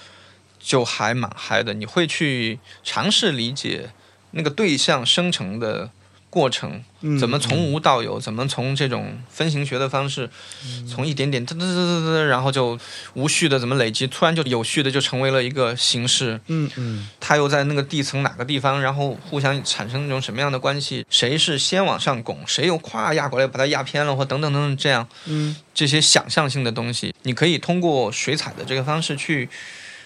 B: 就还蛮嗨的，你会去尝试理解那个对象生成的过程，
C: 嗯，
B: 怎么从无到有，怎么从这种分形学的方式，
C: 嗯
B: 从一点点哒哒哒哒哒，然后就无序的怎么累积，突然就有序的就成为了一个形式，
C: 嗯嗯
B: 它又在那个地层哪个地方，然后互相产生一种什么样的关系，谁是先往上拱，谁又咵压过来把它压偏了，或等等等等这样
C: 嗯
B: 这些想象性的东西，你可以通过水彩的这个方式去。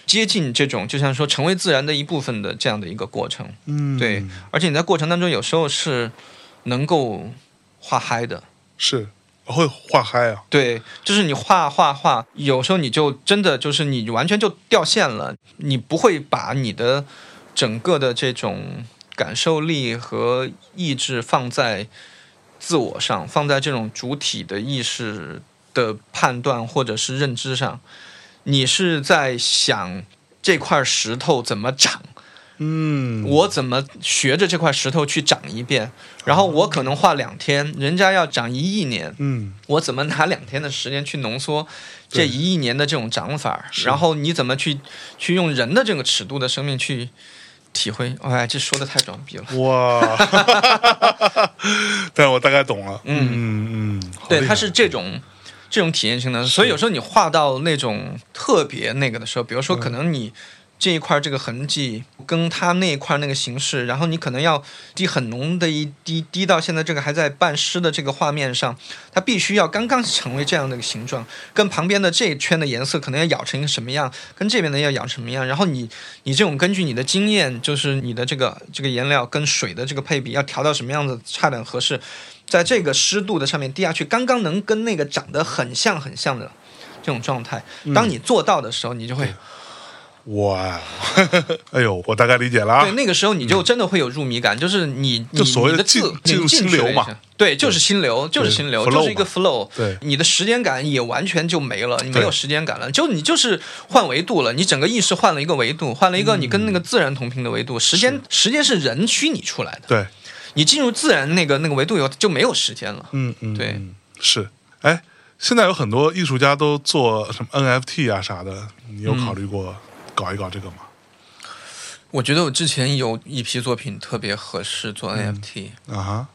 B: 接近这种，就像说成为自然的一部分的这样的一个过程，
C: 嗯，
B: 对，而且你在过程当中有时候是能够画嗨的，
A: 是会画嗨啊，
B: 对，就是你画画画，有时候你就真的就是你完全就掉线了，你不会把你的整个的这种感受力和意志放在自我上，放在这种主体的意识的判断或者是认知上，你是在想这块石头怎么长。
C: 嗯，
B: 我怎么学着这块石头去长一遍，然后我可能画两天，人家要长一亿年，
C: 嗯
B: 我怎么拿两天的时间去浓缩这一亿年的这种长法？然后你怎么去去用人的这个尺度的生命去体会？哎，这说的太装逼了。
A: 哇， *laughs* 但是我大概懂了，
B: 嗯，
C: 嗯嗯，好
B: 对，
C: 厉
B: 它
C: 害
B: 是这种这种体验性的，所以有时候你画到那种特别那个的时候，比如说可能你。这一块这个痕迹跟它那一块那个形式，然后你可能要滴很浓的一滴，滴到现在这个还在半湿的这个画面上，它必须要刚刚成为这样的一个形状，跟旁边的这一圈的颜色可能要咬成一个什么样，跟这边的要咬成什么样，然后你你这种根据你的经验，就是你的这个这个颜料跟水的这个配比要调到什么样子差点合适，在这个湿度的上面滴下去，刚刚能跟那个长得很像很像的这种状态，
A: 嗯
B: 当你做到的时候，你就会、
A: 哇，哎呦，我大概理解了
B: 对
A: 啊，
B: 那个时候你就真的会有入迷感，就是你你
A: 就所谓
B: 你
A: 的
B: 的
A: 进
B: 自
A: 进入
B: 你
A: 心
B: 去了
A: 流嘛
B: 一下，对，就是心流，就是心流，
A: flow
B: 就是一个
A: 嘛
B: flow，
A: 对
B: 你的时间感也完全就没了，你没
A: 对
B: 有时间感了，就你就是换维度了，你整个意识换了一个维度，换了一个你跟那个自然同频的维度，时间时间是人虚拟出来的，
A: *laughs* 对，
B: 你进入自然那个那个维度以后就没有时间了，
C: 嗯嗯，
B: 对
C: 嗯
A: 是，哎，现在有很多艺术家都做什么 NFT 啊啥的，你
B: 嗯
A: 有考虑过搞一搞这个吗？
B: 我觉得我之前有一批作品特别合适做
A: 嗯
B: NFT，、
A: 啊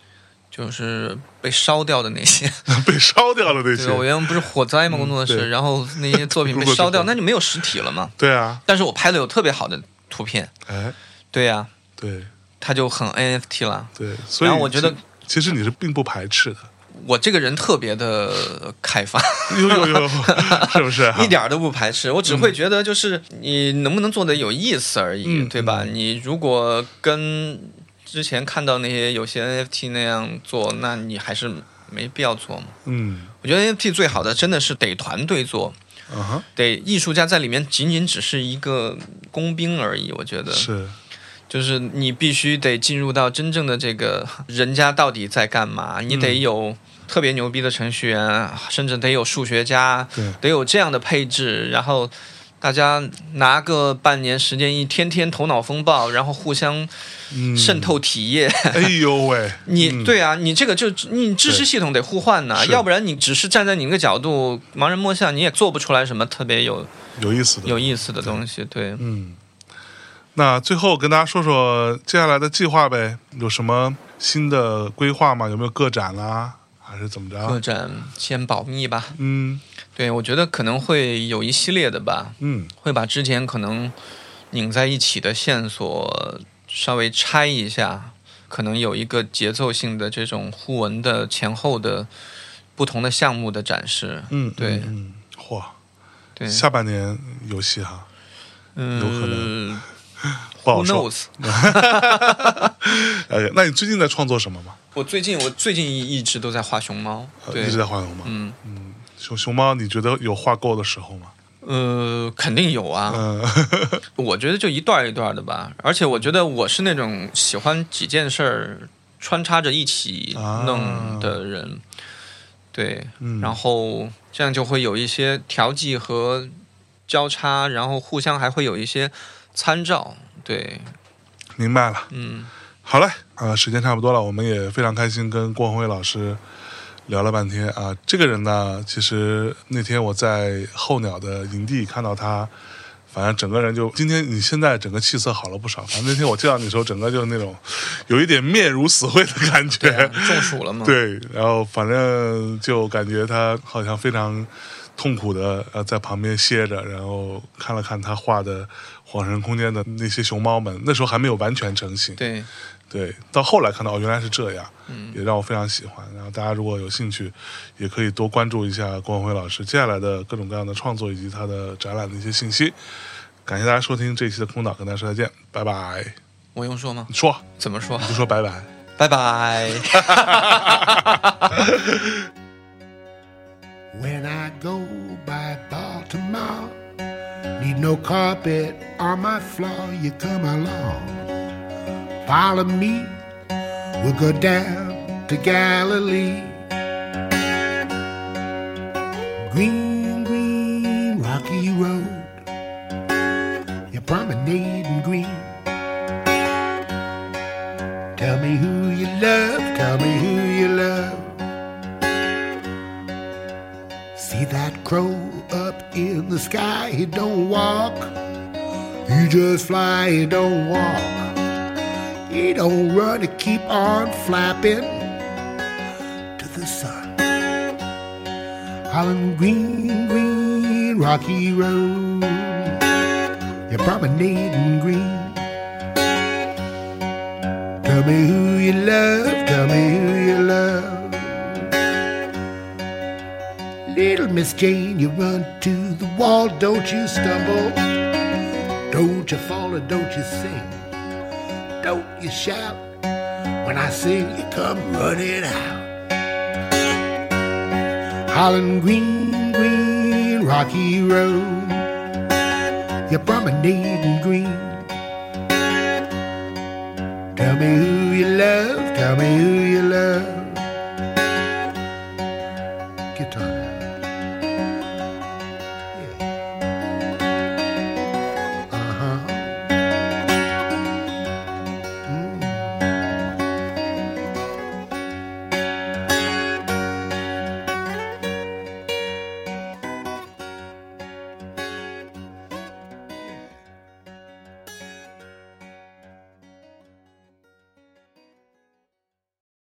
B: 就是被烧掉的那
A: *laughs*
B: 些。
A: 哈， *laughs* 被烧掉了那
B: 对，我
A: 些，
B: 原本不是火灾嘛工作
A: 嗯对
B: 室，然后那些作品被烧掉，那就没有实体了嘛。
A: 对啊，
B: 但是我拍的有特别好的图片，
A: 哎，
B: 对呀、
A: 对
B: 它就很 NFT 了。
A: 对，所以
B: 然后我觉得
A: 其其实你是并不排斥的， *laughs*
B: 我这个人特别的开放，
A: 呦呦呦，
B: *laughs*
A: 是不是？
B: 一点儿都不排斥，我只会觉得就是你能不能做的有意思而已，
A: 嗯
B: 对吧？你如果跟之前看到那些有些 NFT 那样做，那你还是没必要做嘛。
A: 嗯
B: 我觉得 NFT 最好的真的是得团队做，
A: 啊哈，
B: 得艺术家在里面仅仅只是一个工兵而已。我觉得
A: 是
B: 就是你必须得进入到真正的这个人家到底在干嘛，
A: 嗯
B: 你得有特别牛逼的程序员，甚至得有数学家
A: 对，
B: 得有这样的配置，然后大家拿个半年时间，一天天头脑风暴，然后互相
A: 嗯
B: 渗。透体液。
A: 哎呦喂，
B: 你对啊，你这个就你知识
A: 嗯对
B: 系统得互换呐、
A: 是
B: 要不然你只是站在你那个角度盲人摸象，你也做不出来什么特别有
A: 有意思的，
B: 有意思的东西。对，
C: 嗯
A: 那最后跟大家说说接下来的计划呗，有什么新的规划吗？有没有个展啦，还是怎么
B: 个
A: 着？
B: 展先保密吧。
A: 嗯
B: 对，我觉得可能会有一系列的吧，
A: 嗯
B: 会把之前可能拧在一起的线索稍微拆一下，可能有一个节奏性的这种互文的前后的不同的项目的展示。
C: 嗯，
B: 对
C: 嗯
A: 嚯，
B: 对，
A: 下半年有戏哈，
B: 嗯，
A: 有可能不
B: Who
A: 好说。
B: knows？
A: 哎，那你最近在创作什么吗？
B: 我最近我最近一直都在画熊猫，
A: 呃
B: 对
A: 一直，在画熊猫。
B: 嗯
A: 熊熊猫，你觉得有画够的时候吗？
B: 呃，肯定有啊。
A: 嗯，
B: 我觉得就一段儿一段儿的吧，而且我觉得我是那种喜欢几件事儿穿插着一起弄的人，对，
A: 啊嗯
B: 然后这样就会有一些调剂和交叉，然后互相还会有一些参照，对，
A: 明白了。
B: 嗯，
A: 好嘞，呃，时间差不多了，我们也非常开心跟郭宏伟老师聊了半天啊、这个人呢，其实那天我在候鸟的营地看到他，反正整个人就今天你现在整个气色好了不少。反正那天我见到你的时候，整个就那种有一点面如死灰的感觉。
B: 啊中暑了嘛，
A: 对，然后反正就感觉他好像非常痛苦的呃在旁边歇着，然后看了看他画的《恍神空间》的那些熊猫们，那时候还没有完全成型。
B: 对，
A: 对，到后来看到哦，原来是这样，
B: 嗯
A: 也让我非常喜欢。然后大家如果有兴趣，也可以多关注一下郭文辉老师接下来的各种各样的创作以及他的展览的一些信息。感谢大家收听这一期的空岛，跟大家说再见，拜拜。
B: 我用说吗？
A: 你说，
B: 怎么说
A: 你？就说拜拜。
B: 拜拜。
A: *laughs*
D: When I go by Baltimore, need no carpet on my floor, you come along. Follow me, we'll go down to Galilee. Green, green, rocky road, you're promenading green. Tell me who you love, tell me who you love. See that crow up in the sky, he don't walk. He just fly, he don't walk. He don't run, he keep on flapping to the sun. Holland green, green, rocky road. You're promenading green. Tell me who you love, tell me who you love. Little Miss Jane, you run to the wall, don't you stumble. Don't you fall or don't you sing. Don't you shout. When I sing, you come running out. Holland green, green, rocky road. You're promenading green. Tell me who you love, tell me who you Uh-huh.